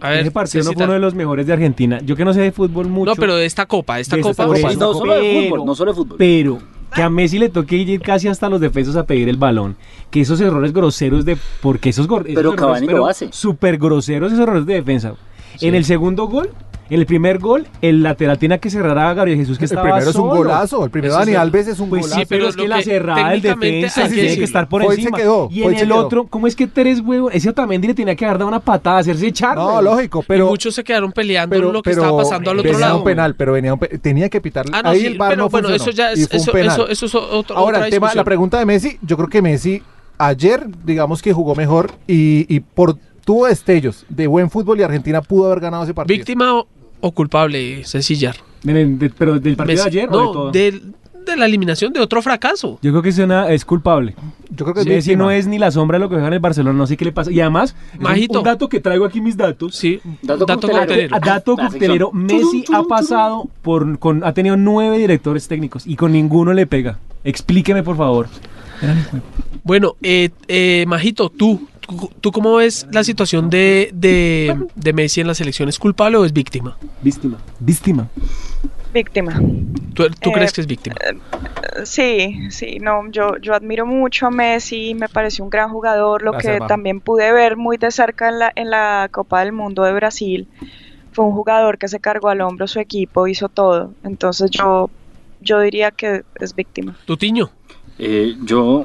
A ver,
Ese partido no
Cecita.
fue uno de los mejores de Argentina. Yo que no sé de fútbol mucho.
No, pero de esta copa, de esta
De esta
copa.
copa.
Y no solo de fútbol, no solo de fútbol.
Pero que a Messi le toque ir casi hasta los defensas a pedir el balón. Que esos errores groseros de. Porque esos, gor- esos
Pero
errores,
Cavani lo hace.
Súper groseros esos errores de defensa.
Sí.
En el segundo gol. En el primer gol, el lateral tenía que cerrar a Gabriel Jesús que
El
estaba
primero es un
solo.
golazo, el primero
Eso es
Dani
el-
Alves es un
Pues sí,
golazo.
pero
pero es
lo
que la
que
cerrada del
técnicamente
defensa
hay que
tiene que
decirlo.
estar por
Hoy se
encima.
quedó,
y en
hoy se
el
quedó.
otro, ¿cómo es que tres huevos? Ese Otamendi le tenía que haber dado una patada, hacerse echar.
No,
güey.
lógico,
Pero,
pero
muchos se quedaron peleando lo que estaba pasando al otro
venía
lado.
un penal, pero venía un pe- tenía que pitar.
Ah, no,
Ahí
sí,
el VAR
pero
no
bueno,
funcionó,
eso ya
y
es,
fue un
eso,
penal.
eso, eso es otro,
Ahora,
otra
el tema,
discusión.
la pregunta de Messi, yo creo que Messi ayer, digamos que jugó mejor y, y por tuvo destellos de buen fútbol y Argentina pudo haber ganado ese partido.
¿Víctima o, o culpable, Cecillar?
Miren, de- pero del partido de ayer o de
No,
todo?
del- de, la eliminación de otro fracaso.
Yo creo que es, una, es culpable.
Yo creo que es
Messi
víctima.
no es ni la sombra de lo que juega en el Barcelona, no sé qué le pasa. Y además, es un-
Majito.
Un, dato que traigo aquí mis datos.
Sí, dato,
Dato
coctelero. Ah,
coctelero.
A dato
La sección.
coctelero, Messi ha pasado por, con, ha tenido nueve directores técnicos y con ninguno le pega. Explíqueme, por favor.
Bueno, eh, eh, Majito, ¿tú, tú, tú cómo ves la situación de, de, de Messi en la selección? ¿Es culpable o es víctima?
Víctima. Víctima.
Víctima.
¿Tú, tú
Eh,
crees que es víctima?
Sí, sí, no, yo, yo admiro mucho a Messi, me parece un gran jugador, lo
Gracias,
que
Majo.
también pude ver muy de cerca en la, en la Copa del Mundo de Brasil. Fue un jugador que se cargó al hombro su equipo, hizo todo. Entonces yo yo diría que es víctima.
Tutiño.
Eh, yo,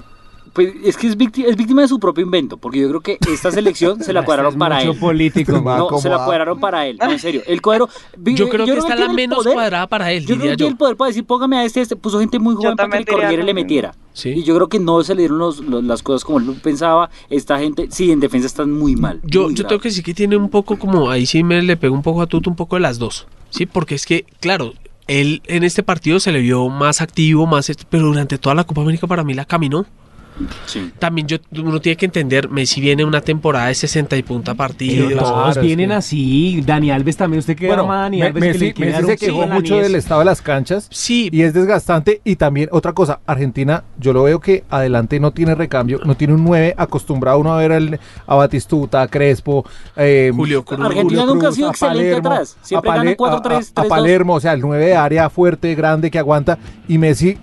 pues es que es víctima, es víctima de su propio invento, porque yo creo que esta selección se la cuadraron para
Mucho
él.
político.
Ma,
No,
Ah, ¿cómo
se la
va?
cuadraron para él, no, en serio. El cuadro, vi-
Yo creo que
no
está la
tiene el
menos
poder.
cuadrada para él,
Yo creo
diría
que
yo.
tiene el poder para decir, póngame a este, este. puso gente muy joven para que
también
el
diría
Cordiere
lo
le
mismo.
metiera.
Sí.
Y yo creo que no se le dieron los- los- las cosas como él pensaba. Esta gente, sí, en defensa están muy mal.
Yo,
muy
yo
grave.
tengo que decir que tiene un poco como, ahí sí me le pegó un poco a Tuto, un poco de las dos. Sí, porque es que, claro, él en este partido se le vio más activo, más, esto, pero durante toda la Copa América para mí la caminó.
Sí.
También yo, uno tiene que entender, Messi viene una temporada de 60 y punta
Pero
partidos.
Claro,
todos
es
vienen
que-
así. Dani Alves también. Usted que
Bueno,
ama a Dani
Me-
Alves. que le
Messi, Messi
quedaron
se quejó
sin la
mucho
nieve.
del estado de las canchas.
Sí,
Y es desgastante. Y también, otra cosa, Argentina, yo lo veo que adelante no tiene recambio, no tiene un 9 acostumbrado uno a ver al- a Batistuta, a Crespo, eh,
Julio Cruz.
Julio
Argentina nunca ha sido
a
excelente atrás. Siempre
a
gana
Pale-
4-3,
a- a- a
3-2.
Palermo, o sea, el 9 de área fuerte, grande, que aguanta. Y Messi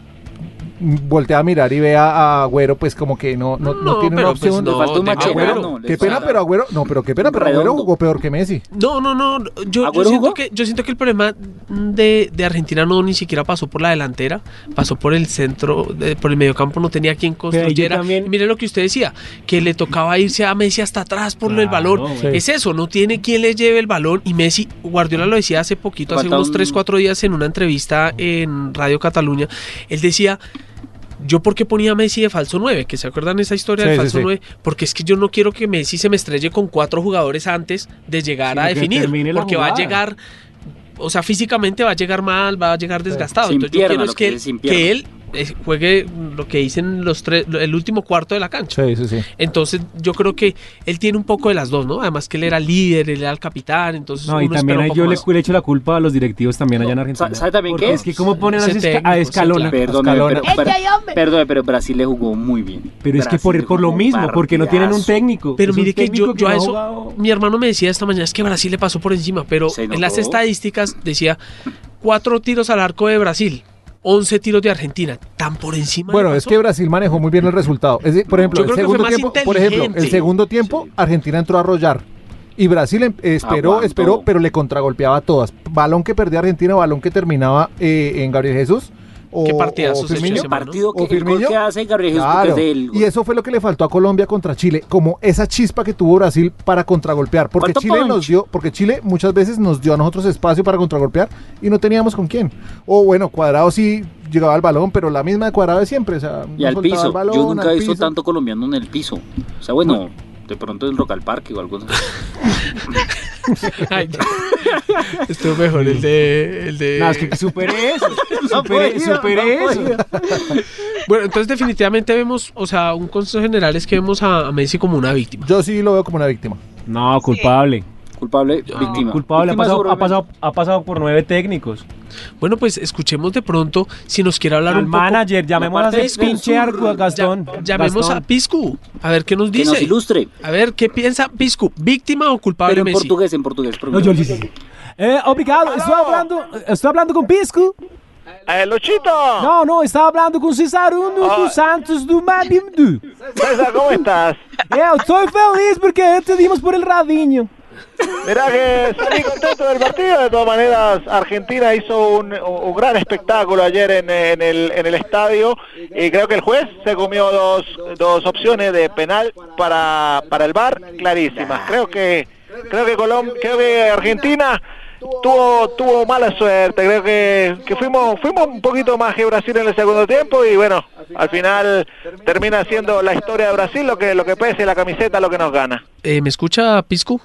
mm, voltea a mirar y ve a, a Agüero, pues como que no, no, no
No,
tiene
pero
una
pues
opción.
no,
falta un
de-
machete,
Agüero,
no, le
qué pena,
falta-
pero Agüero, no, pero qué pena, pero Agüero
Redondo.
jugó peor que Messi.
No, no, no. no, Yo, yo
¿Agüero
siento
jugó?
que, yo siento que el problema de, de Argentina no ni siquiera pasó por la delantera, pasó por el centro, de- por el mediocampo, no tenía quien
ahí yo
construyera.
también-
Y Mire lo que usted decía, que le tocaba irse a Messi hasta atrás por el
Claro,
balón.
sí.
Es eso, no tiene quien le lleve el balón. Y Messi, Guardiola lo decía hace poquito, hace
Falta
unos
un-
3, 4 días en una entrevista en Radio Cataluña. Él decía. Yo porque ponía a Messi de falso 9, que se acuerdan esa historia
Sí,
del
sí,
falso
sí.
9, porque es que yo no quiero que Messi se me estrelle con cuatro jugadores antes de llegar
Sino
a
que
definir,
termine la
porque va a
jugada.
llegar o sea, físicamente va a llegar mal, va a llegar desgastado.
Sin
Entonces yo
pierna,
quiero
lo
es
que
que,
dice, sin
que
pierna.
él eh, juegue lo que dicen los tres, el último cuarto de la cancha.
Sí, sí, sí.
Entonces yo creo que él tiene un poco de las dos, ¿no? Además que él era líder, él era el capitán, entonces
No, y
uno
también
espera un
ahí
poco
yo le,
más.
le echo la culpa a los directivos también allá en Argentina.
¿Sabe- sabe también
Porque
qué?
es que cómo ponen a,
Ese
Esca-
técnico,
a
sí, claro.
Escalona.
Perdóname,
Escalona.
pero, pero-
¡Ey, hombre!
perdóname, pero Brasil le jugó muy bien.
Pero es que por,
Brasil
por lo
jugó
mismo, porque no tienen un
partidazo.
técnico.
Pero
Es un
mire que
técnico
yo, yo a
no ha
eso,
jugado-
mi hermano me decía esta mañana, es que Brasil le pasó por encima, pero
Se
en las
notó.
estadísticas decía cuatro tiros al arco de Brasil, 11 tiros de Argentina, tan por encima. le
Bueno, es
pasó.
que Brasil manejó muy bien el resultado. Es decir, por ejemplo,
Yo
el
creo que
segundo
fue más
tiempo, por ejemplo, el
inteligente.
segundo tiempo, Argentina entró a arrollar. Y Brasil em- esperó,
Aguantó.
esperó, pero le contragolpeaba a todas. Balón que perdía Argentina, balón que terminaba eh, en Gabriel Jesús. O,
Qué partidazos
o
ese
Firmino.
El partido que,
¿O
el gol
Firmino?
que hace Gabriel Jesús
Claro.
es de él.
Y eso fue lo que le faltó a Colombia contra Chile, como esa chispa que tuvo Brasil para contragolpear. Porque
Faltó
Chile
punch.
nos dio, porque Chile muchas veces nos dio a nosotros espacio para contragolpear y no teníamos con quién. O bueno, cuadrado sí llegaba al balón, pero la misma de cuadrado de siempre. O sea,
Y
no
al
soltaba
piso.
el balón,
Yo nunca
al
he visto
piso.
tanto colombiano en el piso. O sea, bueno, de pronto en Rock al Parque o algo así.
Ay, ya. Estuvo mejor el de, el de-
No, es que supere eso. Supere,
podía,
supere
no
eso.
Bueno, entonces definitivamente vemos, o sea, un consejo general es que vemos a, a Messi como una víctima.
Yo sí lo veo como una víctima.
No, culpable.
Culpable, víctima.
Culpable. Ha
Víctima
pasado, ha,
seguramente.
pasado, ha pasado por nueve técnicos.
Bueno, pues escuchemos de pronto si nos quiere hablar
Al
un poco.
manager, llamemos a
parte
ese
del
pinche
sur,
arco a Gastón.
Ya- llamemos
Gastón.
a Piscu, a ver qué nos
Que nos
dice.
ilustre.
a ver, ¿qué piensa Piscu? ¿Víctima o culpable
Pero en
Messi?
portugués, en portugués. por
No, yo
favor.
sí, sí, sí. Eh, obrigado. Estou hablando, estou hablando com Pisco.
¡Eh, Luchito! Ah.
Não, não, estava hablando com Cesaruno do Santos do Mabimdu.
César, ¿Cómo estás?
Eu estou feliz porque te dimos por el radinho.
Mirá que salí contento del partido. De todas maneras, Argentina hizo un, un gran espectáculo ayer en, en el, en el estadio. Y creo que el juez se comió dos, dos opciones de penal para, para el VAR clarísimas. Creo que creo que Colom- creo que Argentina tuvo tuvo mala suerte. Creo que, que fuimos fuimos un poquito más que Brasil en el segundo tiempo y bueno, al final termina siendo la historia de Brasil lo que lo que pese la camiseta lo que nos gana.
Eh, ¿Me escucha Piscu?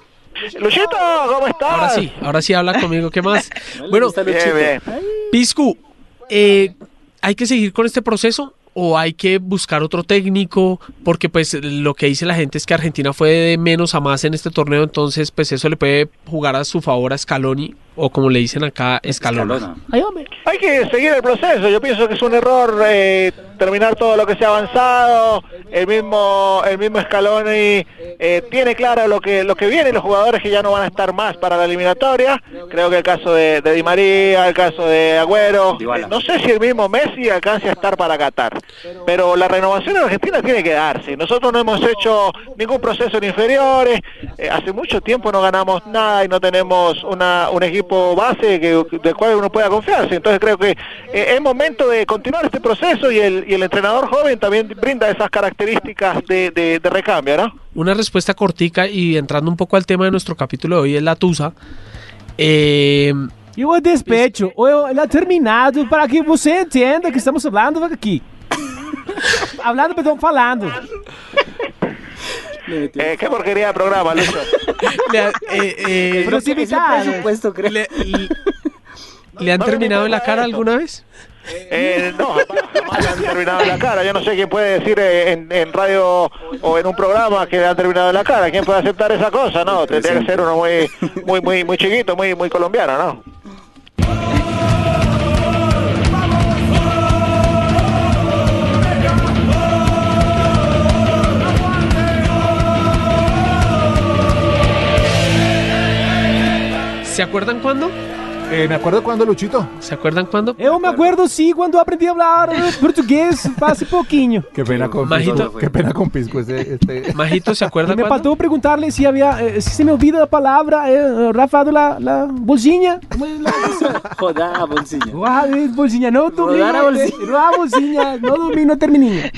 Luchito, ¿cómo estás?
Ahora sí,
Ah.
ahora sí habla conmigo, ¿qué más?
Vale,
Bueno,
está
Bien,
Luchito.
bien.
Piscu, eh, ¿hay que seguir con este proceso o hay que buscar otro técnico? Porque pues lo que dice la gente es que Argentina fue de menos a más en este torneo, entonces pues eso le puede jugar a su favor a Scaloni o como le dicen acá, Scalona.
Escalona.
Hay que seguir el proceso. Yo pienso que es un error eh, terminar todo lo que se ha avanzado. El mismo, el mismo Scaloni eh, tiene claro lo que lo que viene, los jugadores que ya no van a estar más para la eliminatoria. Creo que el caso de, de Di María, el caso de Agüero.
Dybala.
eh, no sé si el mismo Messi alcance a estar para Qatar, pero la renovación en Argentina tiene que darse. Nosotros no hemos hecho ningún proceso en inferiores. eh, hace mucho tiempo no ganamos nada y no tenemos una, un equipo
grupo base que, del cual uno pueda confiarse. Entonces creo que eh, es momento de continuar este proceso y el, y el entrenador joven también brinda esas características de, de, de recambio, ¿no?
Una respuesta cortica y entrando un poco al tema de nuestro capítulo de hoy es la Tusa. Eh,
E o despecho, ou ele é terminado para que você entenda que estamos falando aqui. falando, perdão, falando.
Eh, qué porquería de programa, Lucho.
le ha- eh, eh,
Pero sí,
ese
vital.
presupuesto, creo. Le, le- ¿le han
no,
terminado
no,
en la
no,
cara
no.
alguna vez?
Eh, no, jamás jamás le han terminado en la cara. Yo no sé quién puede decir eh, en, en radio o en un programa que le han terminado en la cara. ¿Quién puede aceptar esa cosa? No, tendría que ser uno muy, muy, muy, muy chiquito, muy, muy colombiano, ¿no?
¿Se acuerdan cuándo?
Eh, me acuerdo cuando Luchito.
¿Se acuerdan cuándo?
Eu me acuerdo sim quando aprendi a falar português, faz pouquinho.
Qué pena con
Majito.
Pisco. Qué pena con Pisco. Este, este-
Majito, ¿se
E
acuerdan
me
cuándo?
faltou perguntar-lhe se havia, eh, se se me ouvida a palavra eh, rafado la, la bolsinha.
Joda, bolsinha.
Ah, eh, bolsinha, não domino.
Rodar a bolsinha.
Rodar a bolsinha, não domino, termininha.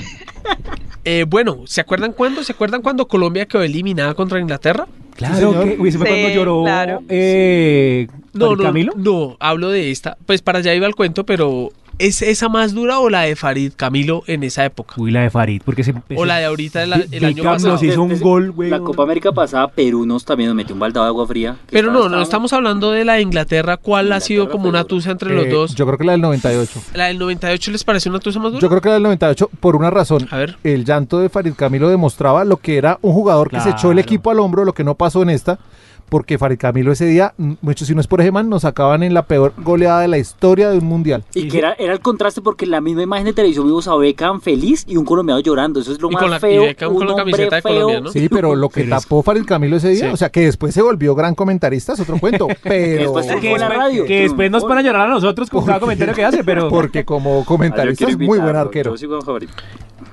Eh, bueno, ¿se acuerdan cuándo? ¿Se acuerdan cuando Colombia quedó eliminada contra Inglaterra?
Claro, que, uy, se fue
Sí,
cuando lloró
claro.
eh,
No,
Farid
no,
Camilo.
no, hablo de esta. Pues para allá iba el cuento, pero ¿es esa más dura o la de Farid Camilo en esa época?
Uy, la de Farid, porque se
Pues
empezó.
O la de ahorita, la- el
Ah,
año
Beckham
pasado.
nos hizo un
Desde-
gol, güey.
La Copa América pasada, Perú nos también nos metió un baldado de agua fría. que
Pero
estaba-
no, no
estábamos-
estamos hablando de la de Inglaterra. ¿Cuál ha sido
Inglaterra
como
fue
una
dura.
tusa entre los
eh,
dos?
Yo creo que la del 98.
¿La del 98 les parece una tusa más dura?
Yo creo que la del 98 por una razón.
A ver.
El llanto de Farid Camilo demostraba lo que era un jugador que se echó el
Claro.
equipo al hombro, lo que no pasó en esta. Porque Farid Camilo ese día, mm, muchos si no es por Geman, nos sacaban en la peor goleada de la historia de un mundial.
Y que era, era el contraste porque en la misma imagen de televisión vimos a Beckham feliz y un colombiano llorando. Eso es lo
Y
más
con la- y
feo.
Beckham con la
un hombre
camiseta de
feo.
Colombia, ¿no?
Sí, pero lo que
Pero es-
tapó Farid Camilo ese día,
Sí.
o sea, que después se volvió gran comentarista, es otro cuento. Pero
Después
que,
Fue la
después,
radio.
que después nos van a llorar a nosotros con cada
Porque-
comentario que hace, pero.
porque como
Ah, yo
comentarista
quiero
es muy buen
invitarlo,
arquero.
Yo sigo a favorito.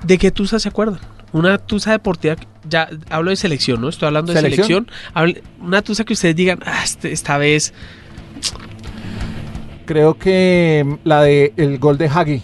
¿De qué tusa se acuerdan? Una tusa deportiva, que- ya hablo de selección, ¿no? Estoy hablando de
¿Selección?
selección. Habl- una tusa que ustedes digan, "Ah, este- esta vez
Creo que mm, la de el gol de Hagi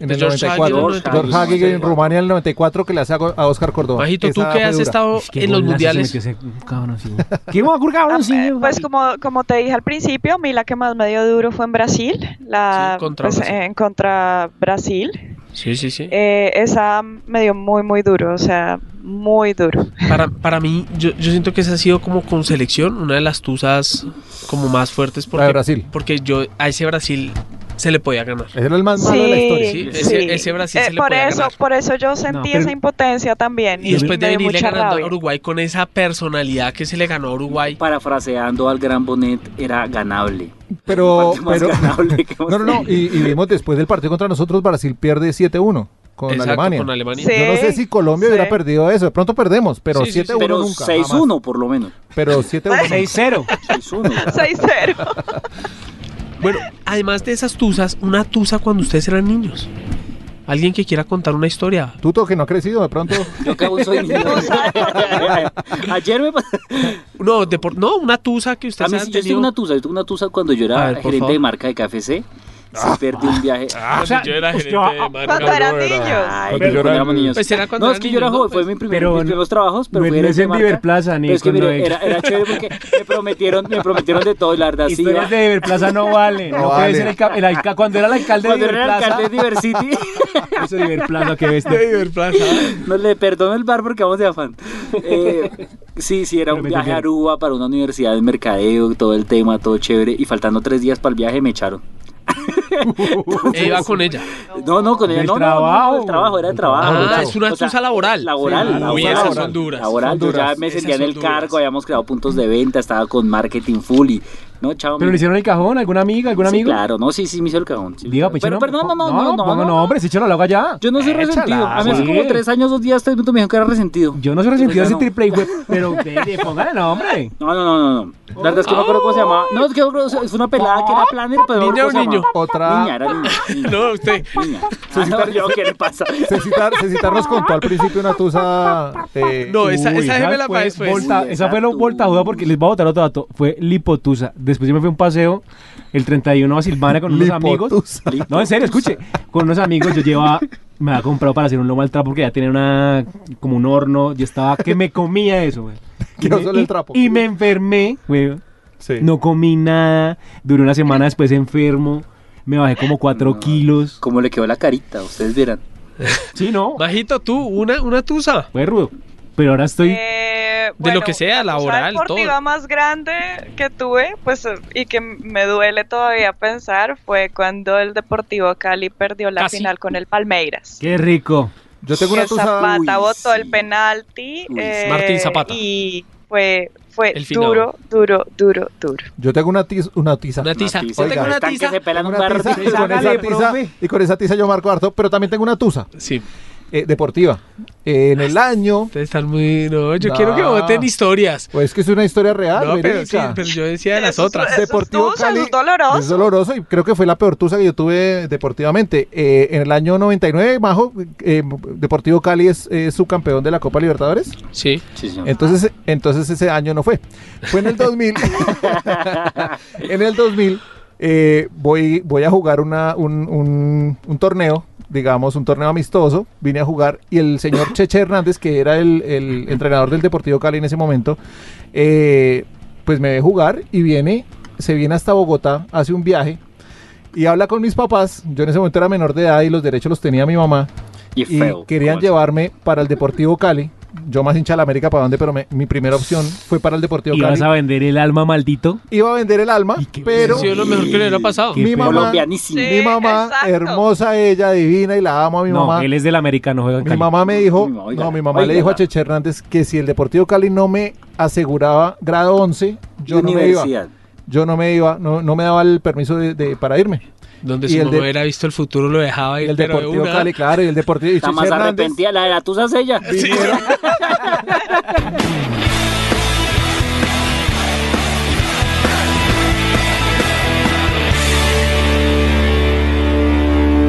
en
De
el
George Hagi,
94.
George
George,
Hagi,
Hagi
sí.
en Rumania en el 94 que le hace a, a Oscar Córdoba.
Majito,
Oh,
tú
Esa
que
fue
has
dura.
estado
Uy, qué
en los
golazo se
mundiales.
metió ese cabroncillo. Qué guacur, cabroncillo.
Pues como, como te dije al principio, a mí la que más me dio duro fue en Brasil, la
Sí, contra
pues,
Brasil.
en contra Brasil.
Sí, sí, sí.
Eh, esa me dio muy, muy duro, o sea, muy duro.
Para, para mí, yo, yo siento que esa ha sido como con selección una de las tusas como más fuertes. Porque,
La de Brasil.
Porque yo a ese Brasil se le podía ganar.
Ese era el más malo de la historia.
Sí, ese- ese Brasil se le
Eh, por
podía
eso,
ganar.
por eso yo sentí
pero-
esa impotencia también.
Y después de
me dio
venirle
mucha
ganando
rabia.
a Uruguay con esa personalidad que se le ganó a Uruguay.
Parafraseando al gran Bonet, era ganable.
Pero,
Parte más
pero
ganable que hemos
no, no, no. Y, y vimos después del partido contra nosotros, Brasil pierde 7-1 con
Exacto,
Alemania.
Con Alemania.
Sí.
Yo no sé si Colombia
Sí.
hubiera perdido eso. De pronto perdemos, pero
Sí, sí, sí.
7-1
Pero
nunca.
6-1 por lo menos.
jamás. Pero 7-1.
6-0.
6-1.
6-0.
Bueno, además de esas tusas, una tusa cuando ustedes eran niños. Alguien que quiera contar una historia.
Tuto que no ha crecido, de pronto.
Yo que aún soy niño. Ayer me pasó.
No, de por- no una tusa que
A
ustedes
mí
han
sí, yo tuve
tenido.
una tusa. Yo tuve una tusa cuando yo
A
era
ver, por
gerente
favor.
de marca de KFC. Sí, perdí un viaje.
Ah.
Cuando
sea,
yo ah, era
pues,
gerente
yo-
de marca.
Cuando eran niños.
Ay,
Cuando yo
pero cuando
era-
éramos niños.
Pues era cuando
no,
eran
es que yo era
niños,
joven,
pues.
fue mi primer,
Pero
mis
no-
primeros trabajos, pero
no
fue
es
gerente de
en
marca.
Iberplaza, ni
Pero es que
cuando
mire,
ex.
era, era chévere porque me prometieron, me prometieron de todo, y la verdad, sí. iba-
Historias de Iberplaza no vale. No,
No
puede
vale.
ser el, ca- el alca- cuando era el alcalde
Cuando
de
era el
Iberplaza.
alcalde de Diversity,
Eso de Iberplaza, qué bestia.
no le perdono el bar porque vamos de afán. Eh, sí, sí, era un
me
viaje a
entendieron.
Aruba para una universidad de mercadeo, todo el tema, todo chévere. Y faltando tres días para el viaje me echaron.
E iba con ella.
No, no, con ella
Del
no, no, no,
trabajo.
no, el trabajo, era de trabajo.
Ah,
laboral.
es una
O sea,
tusa laboral.
Laboral,
Sí,
laboral.
Uy, esas son duras.
Laboral,
Son
yo
duras.
ya me
Esas
sentía en
son
el
duras.
cargo, habíamos creado puntos de venta, estaba con marketing full y... No, chao.
Pero le
mi-
hicieron el cajón, alguna amiga, algún
Sí,
amigo.
claro, no, sí, sí, me hizo el cajón. sí.
Diga, pues
pero,
no,
pero no, no, no, no, no,
ponga
no,
nombres, échalo al agua ya.
Yo no soy
Échala,
resentido. A mí hace
sí.
como tres años, dos días, tres minutos me dijeron que era resentido.
pues. Yo no soy resentido
Yo
ese
no.
triple güey, pero dele, póngale nombre.
No, no, no, no, no. La verdad es que no me acuerdo cómo se llamaba. No, es que yo creo que es una pelada que era planner, pero no me
¿Niña o
acuerdo cómo se
Oh, niño?
llamaba.
Otra.
Niña, era niña. niña.
No, usted.
Niña. Ah, no, yo, ¿qué le pasa?
Cecitar, Cecitar nos contó al principio una tusa. eh,
No, esa-
uy,
esa- déjeme la pues.
fue
para después.
Pues, volta-
Uy,
esa fue la voltajuda porque les voy a botar otro dato. Fue Lipotusa. Después yo me fui a un paseo el 31 a Silvana con unos amigos.
Lipotusa.
No, en serio, escuche. Con unos amigos yo llevaba. Me había comprado para hacer un lomo al trapo porque ya tenía una, como un horno. Yo estaba que me comía eso, güey.
Que
Y
no
me-
solo el
y-
trapo.
Y me enfermé, güey. No comí nada. Duré una semana después enfermo. Me bajé como 4 kilos.
¿Cómo le quedó la carita? Ustedes vieran.
Sí, no.
Bajito, tú, una, una tusa.
Fue rudo. Pero ahora estoy.
Eh,
De lo
bueno,
que sea,
la cosa
laboral,
deportiva
todo.
más grande que tuve, pues, eh, y que m- me duele todavía pensar, fue cuando el Deportivo Cali perdió la
Casi.
final con el Palmeiras.
Qué rico.
Yo
Que Zapata botó el penalti.
Uy, sí.
eh,
Martín Zapata.
Y fue, fue
El final.
duro, duro, duro, duro.
Yo tengo una tiza. Una tiza. Una
tiza. Yo
tengo una Están que tiza. se pelan un barro.
tiza, y, con
Hágale,
esa tiza
profe.
y con esa tiza yo marco harto. Pero también tengo una tusa.
Sí.
deportiva. Eh, en
Ah.
el año.
Ustedes están muy. No, yo quiero que voten historias.
Pues es que es una historia real.
No, pero, sí, pues,
verídica.
pero yo decía de las otras.
Deportivo Cali. Es doloroso y creo que fue la peor tusa que yo tuve deportivamente. Eh, en el año 99, Majo, eh, Deportivo Cali es eh, subcampeón de la Copa Libertadores.
Sí.
Entonces, entonces ese año no fue. Fue en el 2000. en el 2000 eh, voy, voy a jugar una, un, un- un torneo, digamos, un torneo amistoso. Vine a jugar y el señor Cheche Hernández, que era el, el entrenador del Deportivo Cali en ese momento, eh, pues me ve jugar y viene, se viene hasta Bogotá, hace un viaje y habla con mis papás. Yo en ese momento era menor de edad y los derechos los tenía mi mamá.
Y feo,
querían
¿cómo
llevarme para el Deportivo Cali. Yo más hincha de la América para dónde, pero me- mi primera opción fue para el Deportivo
¿Ibas
Cali.
a vender el alma, maldito?
Iba a vender el alma, pero
Ha sido lo mejor que le hubiera pasado.
mi mamá, mi mamá hermosa ella, divina y la amo a mi
no,
mamá.
él es del americano, juega en
Mi
Cali.
mamá me dijo, no, mi mamá le dijo a
oígala.
Cheche Hernández que si el Deportivo Cali no me aseguraba grado 11, yo no me iba.
Universidad.
Yo no me iba, no, no me daba el permiso de, de- para irme.
Donde
Y
su
el
mamá
de-
hubiera visto el futuro, lo dejaba ir.
El
pero de
Deportivo
una.
Cali, claro, y el Deportivo y
La
Cheche
más
Hernández.
arrepentida, la de la tusa es ella.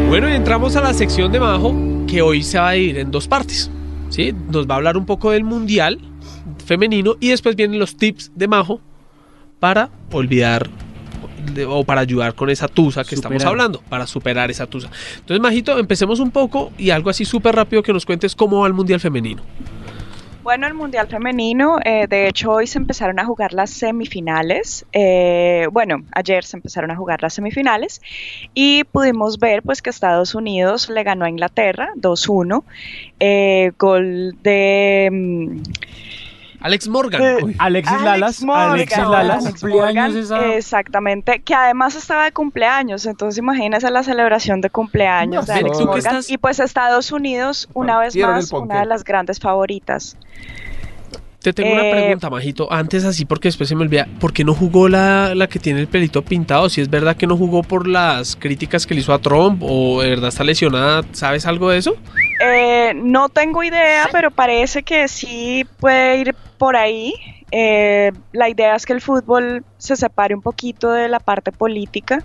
Bueno, y entramos a la sección de Majo, que hoy se va a dividir en dos partes. ¿sí? Nos va a hablar un poco del mundial femenino y después vienen los tips de Majo para olvidar de- o para ayudar con esa tusa que estamos
Superar.
hablando, para superar esa tusa. Entonces, Majito, empecemos un poco y algo así súper rápido que nos cuentes cómo va el mundial femenino.
Bueno, el Mundial Femenino, eh, de hecho hoy se empezaron a jugar las semifinales, eh, bueno, ayer se empezaron a jugar las semifinales y pudimos ver pues que Estados Unidos le ganó a Inglaterra 2-1, eh, gol de... mm,
Alex Morgan.
Eh,
Uy.
Alexis
Alex Morgan, Alex Morgan, exactamente, que además estaba de cumpleaños, entonces imagínense la celebración de cumpleaños de
Ven,
Alex
¿tú qué
Morgan
estás-
y pues Estados Unidos una vez
Partieron
más
el ponqué.
una de las grandes favoritas.
Te tengo una
Eh,
pregunta, Majito. Antes así, porque después se me olvida. ¿Por qué no jugó la, la que tiene el pelito pintado? Si es verdad que no jugó por las críticas que le hizo a Trump o de verdad está lesionada, ¿sabes algo de eso?
Eh, no tengo idea, pero parece que sí puede ir por ahí. Eh, la idea es que el fútbol se separe un poquito de la parte política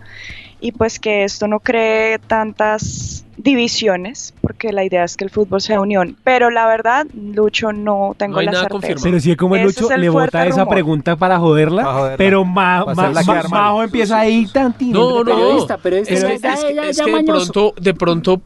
y pues que esto no cree tantas divisiones, porque la idea es que el fútbol sea unión. Pero la verdad, Lucho, no tengo la certeza.
Pero si es como el
Ese es
Lucho,
el
le
fuerte
bota esa
rumor.
pregunta para joderla. Pero ma,
Para
ma-
hacerla
ma-
quedar mal.
Majo empieza ahí tantito.
No, no.
periodista, periodista,
Es que-
periodista,
es que-
ya-
es
ya
que de
mañoso.
pronto, de pronto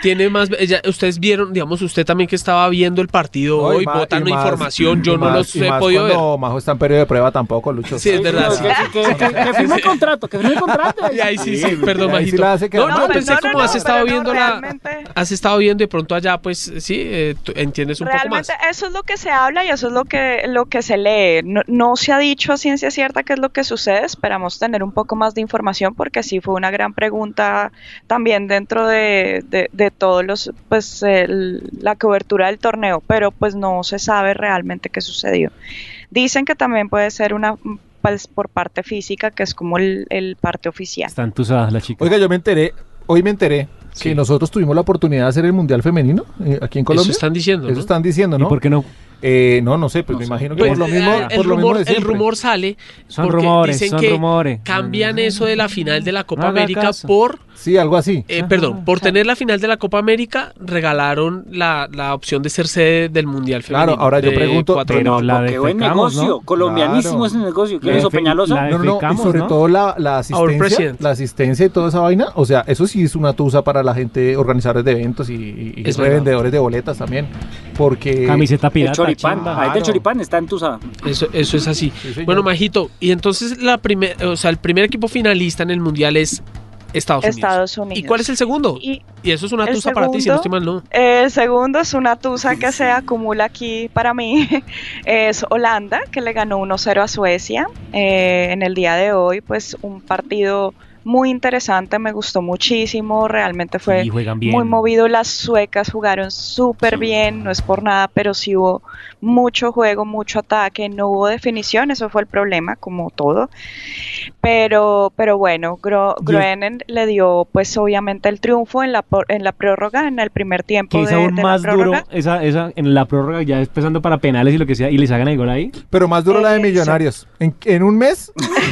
tiene más. ella- ustedes vieron, digamos, usted también que estaba viendo el partido
No, y
hoy,
ma-
botan
y más-
información,
y
yo no
más-
los
y
he
más
podido ver.
cuando Majo está en periodo de prueba tampoco, Lucho.
Sí, es verdad.
Que, que, que firme el contrato, que firme el contrato.
Y ahí sí, sí, perdón,
ahí sí
Majito.
la hace quedar
no, yo
mal.
pues
pensé
No, no,
como
no,
has
pero
estado
no,
viendo
realmente-
la. Has estado viendo y de pronto allá, pues sí, eh, tú entiendes un poco más.
Realmente eso es lo que se habla y eso es lo que, lo que se lee. No, no se ha dicho a ciencia cierta qué es lo que sucede. Esperamos tener un poco más de información porque sí fue una gran pregunta también dentro de, de- de todos los, pues el- la cobertura del torneo, pero pues no se sabe realmente qué sucedió. Dicen que también puede ser una pues, por parte física, que es como el, el parte oficial.
Están tusadas las chicas.
Oiga, yo me enteré, hoy me enteré que nosotros tuvimos la oportunidad de hacer el Mundial Femenino eh, aquí en Colombia.
Eso están diciendo.
Eso
¿no?
están diciendo, ¿no?
¿Por qué no?
Eh, no, no sé, pues me imagino que
Pues,
por lo mismo,
eh, el,
por lo mismo
rumor,
de
el
siempre.
rumor sale
Son
porque
rumores,
dicen
son
que
rumores. Mm.
cambian eso de la final de la Copa
No haga
América
caso.
por
Sí, algo así.
eh, perdón por tener la final de la Copa América regalaron la, la opción de ser sede del mundial femenino
Claro, ahora yo
de
pregunto,
cuatro años.
Qué buen negocio, colombianismo es el negocio. ¿Qué
La
hizo
defe-
Peñalosa?
No, no, no, y sobre todo la, la asistencia,
president.
la asistencia y toda esa vaina, o sea, eso sí es una tusa para la gente, organizadores de eventos y, y- y
Es verdad.
revendedores de boletas también, porque...
El choripán, la gente del choripán está entusada.
Eso, eso es así. bueno majito y entonces la primer o sea el primer equipo finalista en el mundial es Estados,
Estados
Unidos. ¿Y cuál es el segundo?
Y,
y eso es una
el
tusa para ti si no estoy mal no
El segundo es una tusa que se acumula aquí para mí. Es Holanda, que le ganó 1-0 a Suecia. Eh, en el día de hoy, pues un partido muy interesante, me gustó muchísimo. Realmente fue
Sí, juegan bien.
muy movido. Las suecas jugaron súper bien, no es por nada, pero sí hubo mucho juego, mucho ataque, no hubo definición, eso fue el problema, como todo. Pero, pero bueno, Gro-
Yo-
Groenen le dio pues obviamente el triunfo en la, por- en la prórroga, en el primer tiempo
Que es
de,
aún
de
más
la prórroga.
duro esa, esa en la prórroga, ya es pesando para penales y lo que sea, y les hagan el gol ahí.
Pero más duro la de Millonarios. En, en un mes,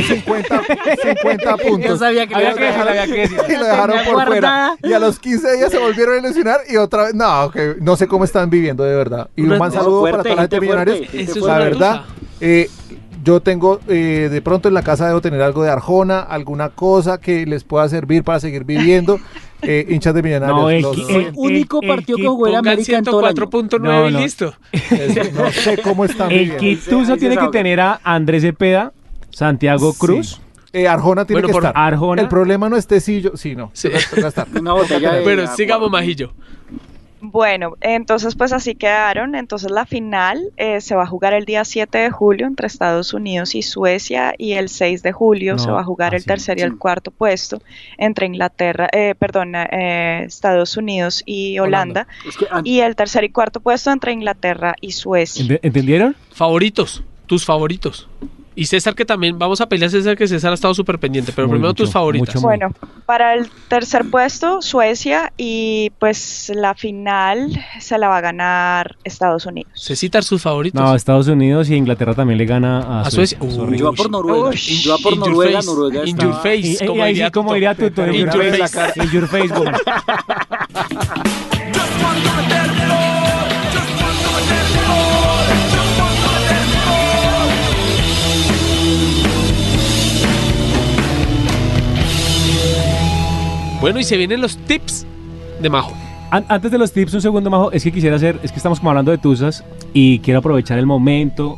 50, 50 puntos.
Yo sabía que lo
Había
iba a
dejar-
decir, había que decir.
Y lo dejaron
La tenía
por fuera.
guardada.
Y a los 15 días se volvieron a lesionar y otra vez. No, que no sé cómo están viviendo de verdad. Y un
Una-
buen
Eso
saludo
fuerte,
para toda la gente de
gente fuerte,
Millonarios.
gente Eso es
La
una
verdad, eh, yo tengo, eh, de pronto en la casa debo tener algo de Arjona, alguna cosa que les pueda servir para seguir viviendo. Eh, hinchas de Millonarios.
No, el
los-
que- el- Único el- partido el que jugó el
Pongan
América en todo el año.
104.9 y
No, no.
listo
no sé cómo están
El Quituso tiene que tener a Andrés Cepeda, Santiago
Sí.
Cruz.
Eh, Arjona tiene
Bueno,
que
por-
estar.
Arjona.
El problema no es Tecillo. Sí, no. Toca estar.
Pero sigamos, Majillo.
Bueno, entonces pues así quedaron. Entonces la final eh, se va a jugar el día 7 de julio entre Estados Unidos y Suecia y el 6 de julio se
No,
va a jugar el tercer y el cuarto puesto entre Inglaterra, eh, perdón, eh, Estados Unidos y Holanda y el tercer y cuarto puesto entre Inglaterra y Suecia.
¿Entendieron?
Favoritos, tus favoritos. Y César, que también vamos a pelear a César, que César ha estado súper pendiente. Pero primero tus favoritas.
Bueno, para el tercer puesto Suecia y pues la final se la va a ganar Estados Unidos.
Cecitar, sus favoritos.
No, Estados Unidos y Inglaterra también le gana a,
a Suecia.
Sorry.
Yo voy por Noruega. Yo voy por
In your
Noruega.
face.
Noruega
In
estaba-
your face,
Y- y
como
ahí sí,
diría
como
Tuto.
diría Tuto,
In
en
your
la
face.
cara. In your face, woman.
Bueno, y se vienen los tips de Majo.
An- antes de los tips, un segundo, Majo. Es que quisiera hacer, es que estamos como hablando de Tuzas y quiero aprovechar el momento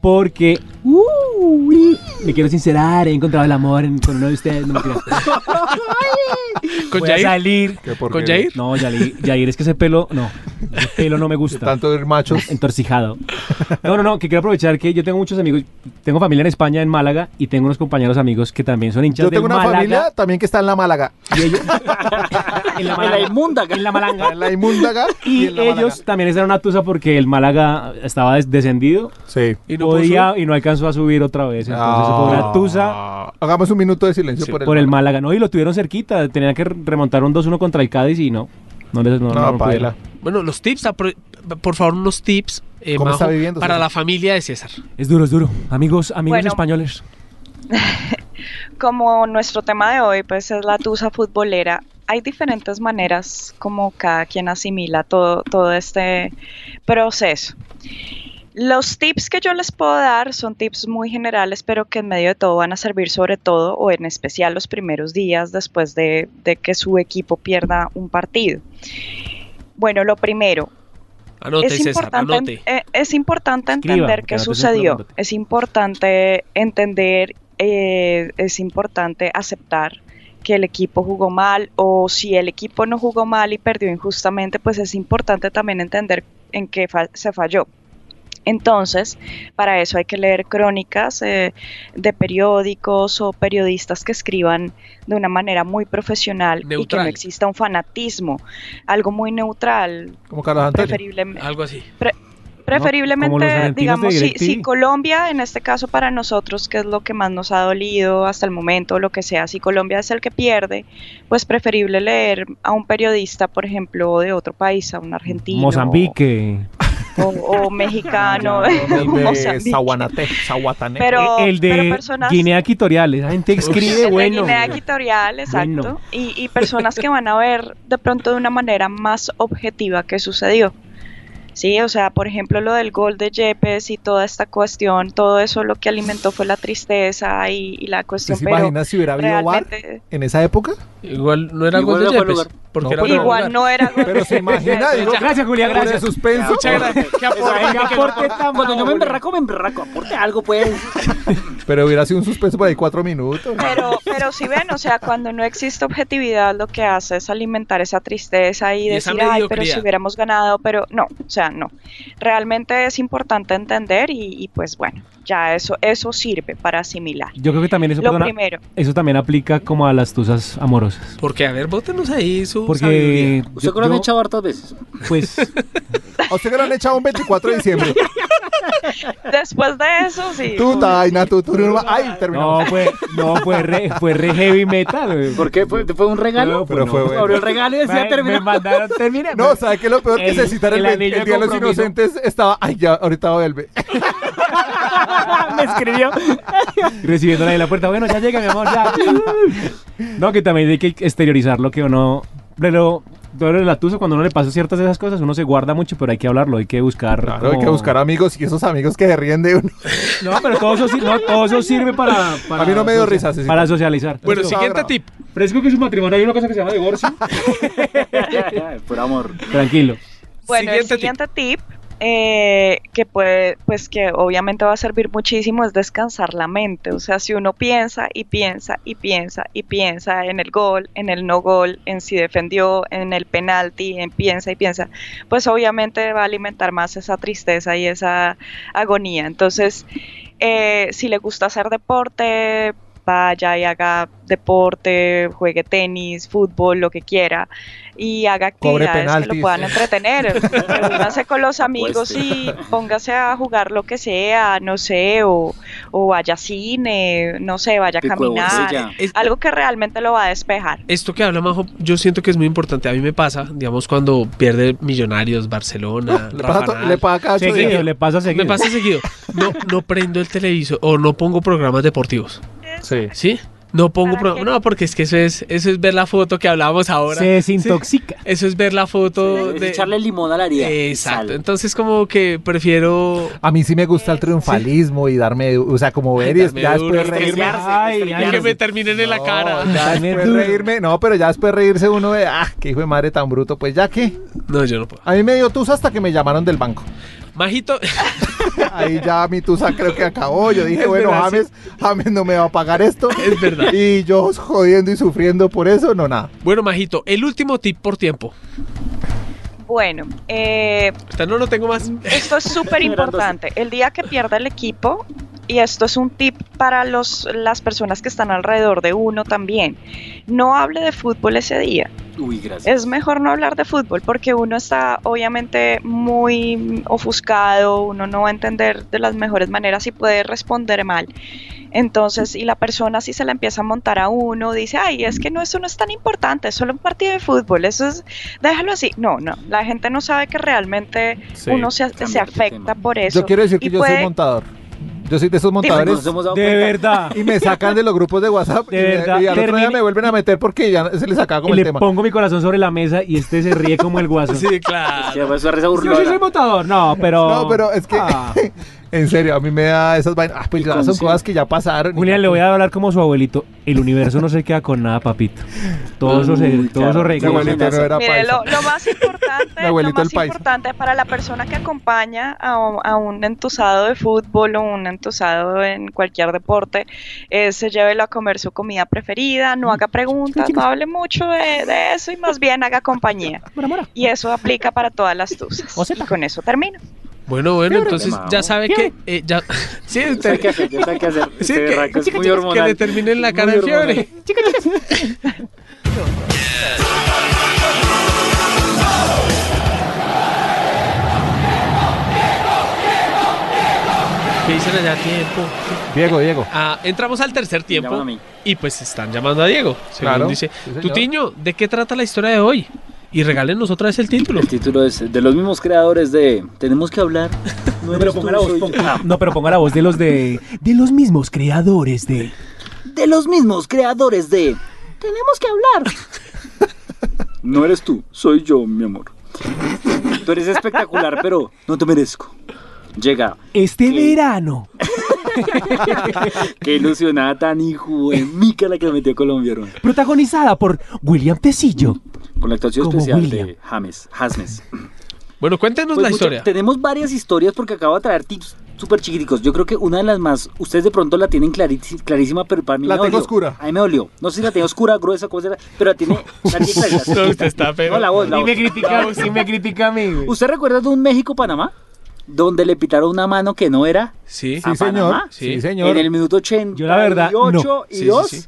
porque uy, me quiero sincerar, he encontrado el amor en- con uno de ustedes. No mentiras.
¿Con
Voy a
Jair?
salir.
porquería. ¿Con Jair?
No, Jair, Jair, es que ese pelo, no. Ese pelo no me gusta.
Tanto de machos.
Entorcijado. No, no, no, que quiero aprovechar que yo tengo muchos amigos. Tengo familia en España, en Málaga, y tengo unos compañeros amigos que también son hinchas
Yo tengo
del
una
Málaga.
familia también que está en la Málaga.
en
la inmunda. En
la malanga.
En la inmundaga.
Y,
en la
ellos
Málaga.
también estaban una tusa porque el Málaga estaba des- descendido.
Sí.
Y
no
no,
pudo
podía, y no alcanzó a subir otra vez. Entonces fue
Ah.
una tusa.
Hagamos un minuto de silencio
por, el, Málaga. No, y lo tuvieron cerquita. Tenían que remontar un 2-1 contra el Cádiz y no. No les no, no, no pudieron.
Bueno, los tips, apro- por favor, unos tips eh,
¿Cómo está
Majo,
viviendo,
para
César?
la familia de César.
Es duro, es duro. Amigos, amigos
Bueno.
españoles.
como nuestro tema de hoy pues es la tusa futbolera, hay diferentes maneras como cada quien asimila todo, todo este proceso. Los tips que yo les puedo dar son tips muy generales, pero que en medio de todo van a servir sobre todo o en especial los primeros días después de, de que su equipo pierda un partido. Bueno, lo primero,
Anote,
es
César,
importante,
anote.
en- eh, es importante
Escriba,
entender
porque
qué
anote,
sucedió.
pregúntate.
Es importante entender, eh, es importante aceptar que el equipo jugó mal o si el equipo no jugó mal y perdió injustamente, pues es importante también entender en qué fa- se falló. Entonces, para eso hay que leer crónicas eh, de periódicos o periodistas que escriban de una manera muy profesional y que no
Neutral.
exista un fanatismo, algo muy neutral,
Como Carlos Antonio.
preferiblemente
Algo así.
Pre-
como los
preferiblemente,
argentinos de
digamos, si,
DirecTV.
si Colombia, en este caso para nosotros, que es lo que más nos ha dolido hasta el momento, lo que sea, si Colombia es el que pierde, pues preferible leer a un periodista, por ejemplo, de otro país, a un argentino. Ah,
Mozambique.
o, o
Ah,
mexicano, o sea,
El de Saguanate, Saguatané.
Pero-
el de
pero personas-
Guinea Equatorial. Esa gente
el
escribe
de
bueno.
Guinea Equatorial, exacto,
Bueno.
y, y personas que van a ver de pronto de una manera más objetiva que sucedió. Sí, o sea, por ejemplo, lo del gol de Yepes y toda esta cuestión, todo eso lo que alimentó fue la tristeza y, y la
¿Usted
cuestión.
se
pero
imagina si hubiera Pues habido bar
realmente-
en esa época?
Igual no era
Igual
gol de
no fue
Yepes.
lugar.
Porque
No,
era
pero-
gol de
Igual
lugar.
no era gol
Pero se imagina, digo,
Gracias, Julia,
por el
gracias.
suspenso.
Muchas gracias.
¿Qué aporte,
qué aporte tan Cuando yo me emberraco, me emberraco. Aporte algo, pues.
Pero hubiera sido un suspenso por ahí cuatro minutos.
Pero, pero si ven, o sea, cuando no existe objetividad, lo que hace es alimentar esa tristeza y,
Y esa
decir, ay, pero
mediocridad".
si hubiéramos ganado, pero no, o sea, no. Realmente es importante entender y, y, pues bueno, ya eso, eso sirve para asimilar.
Yo creo que también eso,
Lo
perdona,
primero.
eso también aplica como a las tusas amorosas.
Porque, a ver, bótenos ahí su
Porque
sabiduría.
yo- yo-
hartas veces.
pues
A usted que lo han echado un 24 de diciembre.
Después de eso, sí.
Tuta, ay, na, tu, tu, ru, ay, terminó.
no fue no fue re, fue re heavy metal. güey.
¿Por qué? ¿Fue, fue un regalo?
No,
Pero fue
no.
bueno.
Abrió el regalo y
Me-
decía
Me
terminó.
mandaron terminé.
No, ¿sabes qué? es Lo peor que
pues, El-
se citara el,
el
20,
anillo
el Día de los
compromiso.
Inocentes estaba, ay, ya, ahorita vuelve.
Me escribió.
Recibiéndola ahí en la puerta. Bueno, ya llega, mi amor, ya. No, que también hay que exteriorizar lo que uno. Pero todo lo de la tusa, cuando uno le pasa ciertas de esas cosas, uno se guarda mucho, pero hay que hablarlo, hay que buscar.
Claro, hay
como-
que buscar amigos y esos amigos que se ríen de uno.
No, pero todo eso, sir- no, todo eso sirve para, para.
A mí no me dio risa, sí, sí.
Para socializar.
Bueno,
Eso
siguiente
sabrá.
tip.
Fresco que es un matrimonio, hay una cosa que se llama divorcio.
Por amor.
Tranquilo.
Bueno,
Siguiente
el siguiente tip, eh, que puede, pues que obviamente va a servir muchísimo es descansar la mente. O sea, si uno piensa y piensa y piensa y piensa en el gol, en el no gol, en si defendió, en el penalti, en piensa y piensa, pues obviamente va a alimentar más esa tristeza y esa agonía. Entonces, eh, si le gusta hacer deporte, vaya y haga deporte, juegue tenis, fútbol, lo que quiera, y haga
Cobre
actividades que
penaltis.
lo puedan entretener. Reúnase con los amigos y póngase a jugar lo que sea, no sé, o, o vaya a cine, no sé, vaya a
Pico de
caminar.
botella.
Es-
Algo que realmente lo va a despejar.
Esto que habla Majo, yo siento que es muy importante. A mí me pasa, digamos, cuando pierde Millonarios, Barcelona,
Le pasa, to-
Rafa
le
Nadal.
pasa cada ocho
Seguido,
días.
le pasa seguido.
Me pasa seguido. No, no prendo el televisor o no pongo programas deportivos.
Sí.
¿Sí? No pongo
¿Para
programas.
qué?
No, porque es que eso es, eso es ver la foto que hablábamos ahora.
Se desintoxica.
Eso es ver la foto
Es
de.
echarle limón a la herida.
Exacto.
Sal.
Entonces, como que prefiero.
A mí sí me gusta el triunfalismo y darme, du- o sea, como ver y
Darme
ya
duro,
después reírme.
estrellarse, estrellarse.
que me terminen en la cara.
Ya después reírme, no, pero ya después reírse uno de, ah, qué hijo de madre tan bruto, pues ya que.
No, yo no puedo.
A mí me dio tusa hasta que me llamaron del banco.
Majito,
Ahí ya mi tusa creo que acabó. Yo dije,
Es
bueno,
verdad,
James, James no me va a pagar esto.
es verdad.
Y yo jodiendo y sufriendo por eso, no nada.
Bueno, Majito, el último tip por tiempo.
Bueno, eh,
Esta no lo tengo más.
Esto es súper importante. El día que pierda el equipo, y esto es un tip para los, las personas que están alrededor de uno también, no hable de fútbol ese día.
Uy, gracias.
Es mejor no hablar de fútbol porque uno está obviamente muy mm, ofuscado, uno no va a entender de las mejores maneras y puede responder mal. Entonces, y la persona si se la empieza a montar a uno, dice, ay, es que no, eso no es tan importante, es solo un partido de fútbol, eso es, déjalo así. No, no, la gente no sabe que realmente
Sí,
uno se,
cambiar
se
de tema.
afecta por eso.
Yo quiero decir que
Y
yo
puede-
soy montador. Yo soy de esos montadores.
Nos hemos dado
De
cuenta.
verdad.
Y me sacan de los grupos de WhatsApp
De
y, me-
verdad,
y al otro día
termine-
me vuelven a meter porque ya se les acaba
Y
como el
le
tema.
pongo mi corazón sobre la mesa y este se ríe como el guaso.
Sí,
Sí,
claro.
además su risa
Yo sí soy
burlona.
votador, no, pero.
No, pero es que,
Ah.
en serio, a mí me da esas vainas. Ah, pues ya son
Inconsciente.
cosas que ya pasaron.
Julián, le voy a hablar como su abuelito. El universo no se queda con nada, papito. Todo eso, se,
Uy,
todo eso
Mi
claro.
regresa.
abuelito no era
Mire,
paisa.
lo, lo más importante,
Mi abuelito
lo
el
más
paisa.
importante para la persona que acompaña a, un- a un entusado de fútbol o un entusado en cualquier deporte es eh, llévelo a comer su comida preferida, no haga preguntas, no hable mucho de, de eso y más bien haga compañía. Y eso aplica para todas las tusas. Y con eso termino.
Bueno, bueno, entonces
Majo.
ya sabe que. eh, ya... Sí,
Ya sabe
usted.
qué hacer, ya sabe qué hacer.
Sí,
Este berraco es
chica,
muy
chica, que
hormonal.
le termine en la
Muy
cara de
hormonal.
eh.
fiebre. ¿Qué dicen allá? Tiempo.
Diego, Diego.
Ah, entramos al tercer
Llaman
tiempo
a mí.
y pues están llamando a Diego. Según
Claro,
dice.
sí, señor.
Tutiño, ¿de qué trata la historia de hoy? Y regálenos otra vez el título.
El título es de los mismos creadores de Tenemos que hablar. No,
pero
eres
ponga
tú,
la voz,
soy yo.
ponga- no, pero ponga la voz de los de. De los mismos creadores de.
De los mismos creadores de Tenemos que hablar. No eres tú, soy yo, mi amor. Tú eres espectacular, pero no te merezco. Llega.
Este verano.
Qué ilusionada tan hijo de mica la que metió Colombia, hermano.
Protagonizada por William Tecillo.
Mm, Con la actuación
Como
especial
William.
de James, Hasmes.
Bueno, cuéntenos
Pues
la
mucha-
historia.
tenemos varias historias porque acabo de traer tips súper chiquiticos. Yo creo que una de las más, ustedes de pronto la tienen clarici- clarísima, pero para mí
La
me
tengo
dolió.
oscura.
A mí me dolió. No sé si la tengo oscura, gruesa, cómo será, pero la tiene, la tiene clarita,
No,
cerquita.
usted está feo.
No, la voz, la voz. La voz.
si me critica a mí. güey.
¿Usted recuerda de un México-Panamá? Donde le pitaron una mano que no era
Sí.
Sí,
¿A
señor.
Panamá?
Sí,
Sí.
señor.
en el minuto 88
Yo la verdad, no.
y
Sí, sí,
2.
sí.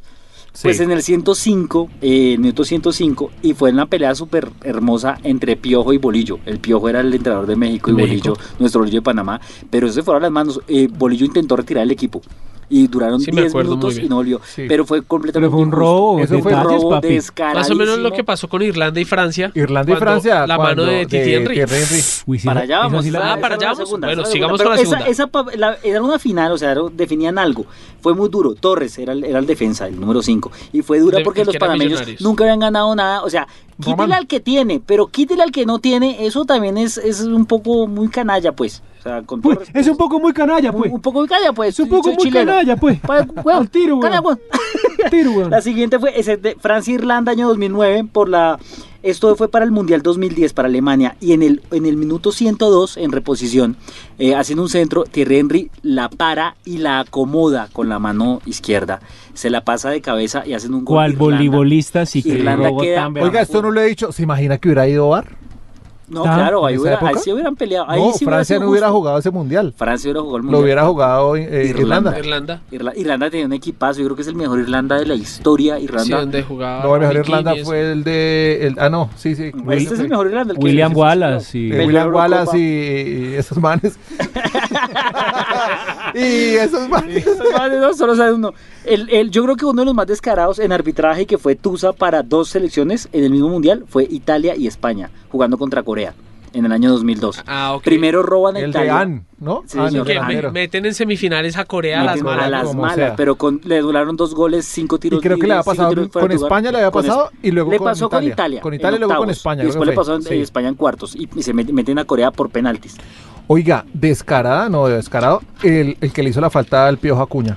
Pues
Sí.
en el 105, eh, minuto 105, y fue una pelea súper hermosa entre Piojo y Bolillo. El Piojo era el entrenador de México y
México.
Bolillo, nuestro Bolillo de Panamá, pero se fueron a las manos. Eh, Bolillo intentó retirar el equipo y duraron
Sí, me
10
acuerdo muy
minutos
bien.
y no volvió.
Sí.
Pero fue completamente
Pero fue un
injusto.
robo,
Eso fue un
detalles,
robo
papi.
descaradísimo.
Más o menos lo que pasó con Irlanda y Francia.
Irlanda y
cuando
Francia.
La mano
cuando-
de Titi Henry.
Uy, Pues sí,
Para
esa-
allá
esa
vamos.
sí la-
Ah, para allá
era la
vamos.
segunda,
Bueno,
esa era
sigamos
segunda,
con la
pero
segunda.
Esa, esa pa- la- era una final, o sea, era- definían algo. Fue muy duro. Torres era el, era el defensa, el número 5. Y fue dura
El de-
porque
el que
los
era
panameños
Millonarios.
nunca habían ganado nada. O sea, quítele
Román.
al que tiene, pero quítele al que no tiene. Eso también es, es un poco muy canalla, pues. O sea, con todo
Pues,
respeto,
es un poco muy canalla,
muy-
pues.
un poco muy canalla, pues.
Es un poco
Soy
muy
chileno.
canalla, pues.
Pa- weón,
Al tiro, weón.
canalla, pues. weón.
Tiro, weón.
La siguiente fue ese de Francia-Irlanda año 2009 por la... Esto fue para el Mundial 2010 para Alemania y en el, en el minuto 102 en reposición, eh, haciendo un centro, Thierry Henry la para y la acomoda con la mano izquierda. Se la pasa de cabeza y hacen un gol.
¿Cuál
Irlanda.
voleibolista sí que
Irlanda
robó
queda-
tan bravo?
Oiga, esto no lo he dicho. ¿Se imagina que hubiera ido VAR?
No,
¿Tan?
claro, ahí,
¿En esa
hubiera- ahí
época?
sí hubieran peleado. Ahí
No,
sí hubiera
Francia
sido
no hubiera
justo.
jugado ese mundial.
Francia hubiera jugado el
Lo
Mundial.
hubiera jugado eh, Irlanda.
Irlanda.
Irlanda.
Irla- Irlanda tenía un equipazo, yo creo que es el mejor Irlanda de la historia.
Sí,
Irlanda
donde jugaba.
No, el mejor
Robbie
Irlanda
Keane,
fue el de. el- ah, no, sí, sí.
Este es el mejor Irlanda. el que-
William Wallace y-
Eh,
Peleó
William
Eurocopa.
Wallace y, y esos manes. y esos manes.
Esos manes, no, solo sabe uno. El- el- yo creo que uno de los más descarados en arbitraje que fue Tusa para dos selecciones en el mismo mundial fue Italia y España, jugando contra Corea en el año 2002.
Ah, ok.
Primero roban a
El de
Italia.
Ann, ¿no?
Sí,
Ann,
señor.
el
Que me-
delantero.
meten en semifinales a Corea a las
Meten A
malas.
las
como
malas,
sea.
pero con, le duraron dos goles, cinco tiros.
Y creo que le
libres,
había
cinco
pasado
tiros
con,
fuera de
con
lugar.
España, le había
Con Es-
pasado y luego
le
con
pasó
Italia.
con Italia.
Con
en
Italia y luego con
octavos,
España.
Y
creo que
después le
fue.
pasó en
Sí.
en España en cuartos y, y se met- meten a Corea por penaltis.
Oiga, descarada, no, descarado, el, el que le hizo la falta al Piojo Acuña.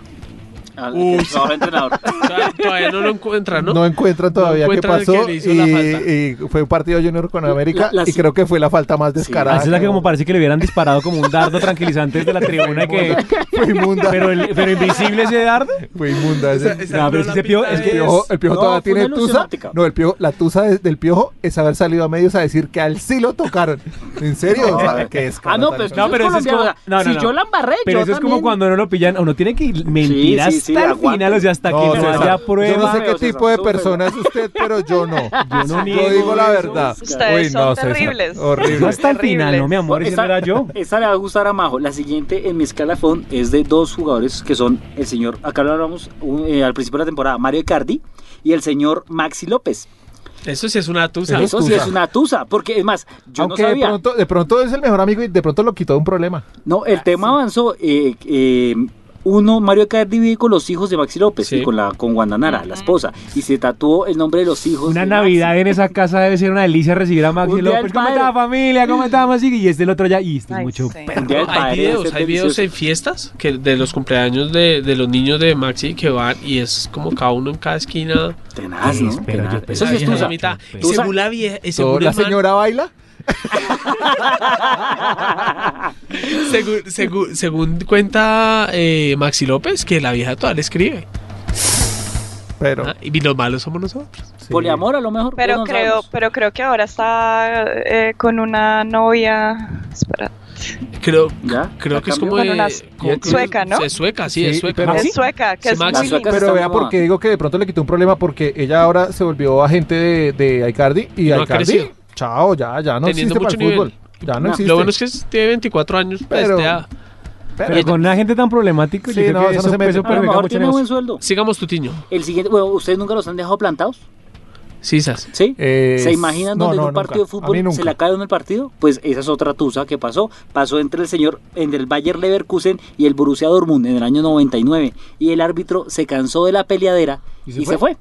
Ah, que trabajaba entrenador.
Todavía- Todavía no lo encuentran, Ah, ¿no?
No, encuentran
No
todavía
encuentran al
qué pasó
que le hizo la falta.
y, y fue un partido junior con América
la-
y creo que fue la falta más
Ah,
descarada.
esa es la que como parece que le hubieran disparado como un dardo tranquilizante desde la tribuna que...
Fue inmunda.
Pero, el- pero invisible ese dardo.
Fue inmunda. ese-
No, pero si ese piojo- es
El
que...
piojo, el piojo
No,
todavía
fue una
tiene
ilusión
tusa.
óptica.
No, el piojo, la tusa de- del piojo es haber salido a medios a decir que a él sí lo tocaron. ¿En serio? O sea, qué
Ah,
descarada
no,
tan
pero,
grande.
no, pero
pero ese es como- no, no,
si
no.
yo la embarré,
Pero
yo
eso es como
también.
cuando uno lo pillan, uno tiene que mentir
Sí, sí, sí,
hasta el
aguanta.
final, o sea, hasta
No,
que no
César,
haya
Yo no
prueba.
sé qué
César,
tipo de
tú,
persona es usted, pero yo no.
Yo no niego
digo la
eso.
verdad.
Ustedes
Uy,
son
no, César,
terribles.
Eso
Horrible.
hasta el
Terrible.
final, no, mi amor, ese no
Esa-
era yo.
Esa le va a gustar a Majo. La siguiente en mi escalafón es de dos jugadores que son el señor, acá lo hablamos un- eh, al principio de la temporada, Mario Icardi y el señor Maxi López.
Eso sí es una tusa.
Pero
Eso sí
tusa.
es una tusa, porque es más, yo
Aunque
no
de,
sabía.
pronto, de pronto es el mejor amigo y de pronto lo quitó de un problema.
No,
Ah,
el tema avanzó. eh, eh, uno, Mario Icardi vive con los hijos de Maxi López
Sí.
y con la con Guandanara, la esposa, y se tatuó el nombre de los hijos.
Una
de
Navidad en esa casa debe ser una delicia recibir a Maxi
Un día
López.
el
"Pues, ¿Cómo
padre.
está familia? ¿Cómo está Maxi? Y este el otro ya. Y
Pues
este es
Ay,
mucho.
sí.
Maxi. El día del
hay
padre debe
videos,
ser
hay videos
delicioso.
en fiestas que de los cumpleaños de, de los niños de Maxi que van y es como cada uno en cada esquina.
Tenaz, ¿no?
Pero yo
Tenaz. Eso
pensaba
sí
la
es
vieja
tusa.
la mitad.
Tusa.
Y según la vieja, eh, según
¿La
el man-
señora baila?
según, según- según cuenta eh, Maxi López, que la vieja todavía le escribe.
Pero.
Ah, Y los malos somos nosotros.
sí.
Poliamor a lo mejor. pues
Pero
no
creo,
sabemos.
pero creo que ahora está eh, con una novia. Espera.
Creo,
¿Ya?
creo
¿A
que es
cambio?
como,
Bueno,
de-
las-
como que-
sueca, ¿no?
Es sueca, sí, es
Sí,
sueca.
pero- ¿Ah, sí?
Es sueca, que
Sí,
es
Maxi.
muy
Las suecas
linda.
Pero
Está
vea
muy mal.
porque digo que de pronto le quitó un problema porque ella ahora se volvió agente de, de Icardi y
No ha
Icardi,
crecido.
chao, ya, ya no
Teniendo
existe para el
mucho
fútbol.
nivel.
Ya no, existe.
Lo bueno es que es- tiene 24 años. pues,
Pero-
ya.
Pero con una gente tan problemática,
Sí,
yo creo
no,
que
eso no
eso,
se mete.
eso
A lo
perjudica
mejor
mucho
tiene
negocio.
buen sueldo.
Sigamos Tutiño.
El siguiente, bueno, ¿ustedes nunca los han dejado plantados?
Sisas.
¿Sí?
Eh,
¿Se imaginan
no,
donde en
no,
un partido
nunca. A
de
mí
fútbol se
nunca.
le acaba en el partido? Pues esa es otra tusa que pasó. Pasó entre el señor, entre el Bayer Leverkusen y el Borussia Dortmund en el año 99. Y el árbitro se cansó de la peleadera y se, fue?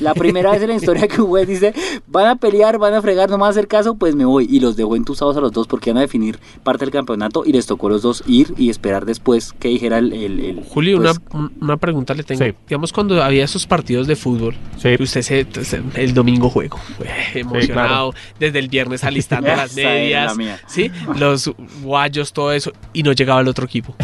La primera vez en la historia que un juez dice, van a pelear, van a fregar, no me van a hacer caso, pues me voy. Y los dejó entusados a los dos porque van a definir parte del campeonato y les tocó a los dos ir y esperar después que dijera el... el- el-
Julio,
pues,
una, una pregunta le tengo.
Sí.
Digamos, cuando había esos partidos de fútbol, que usted se, se- el domingo juego, güey, emocionado, desde el viernes alistando las
Esa era la
medias,
mía.
¿sí? los guayos, todo eso, y no llegaba el otro equipo.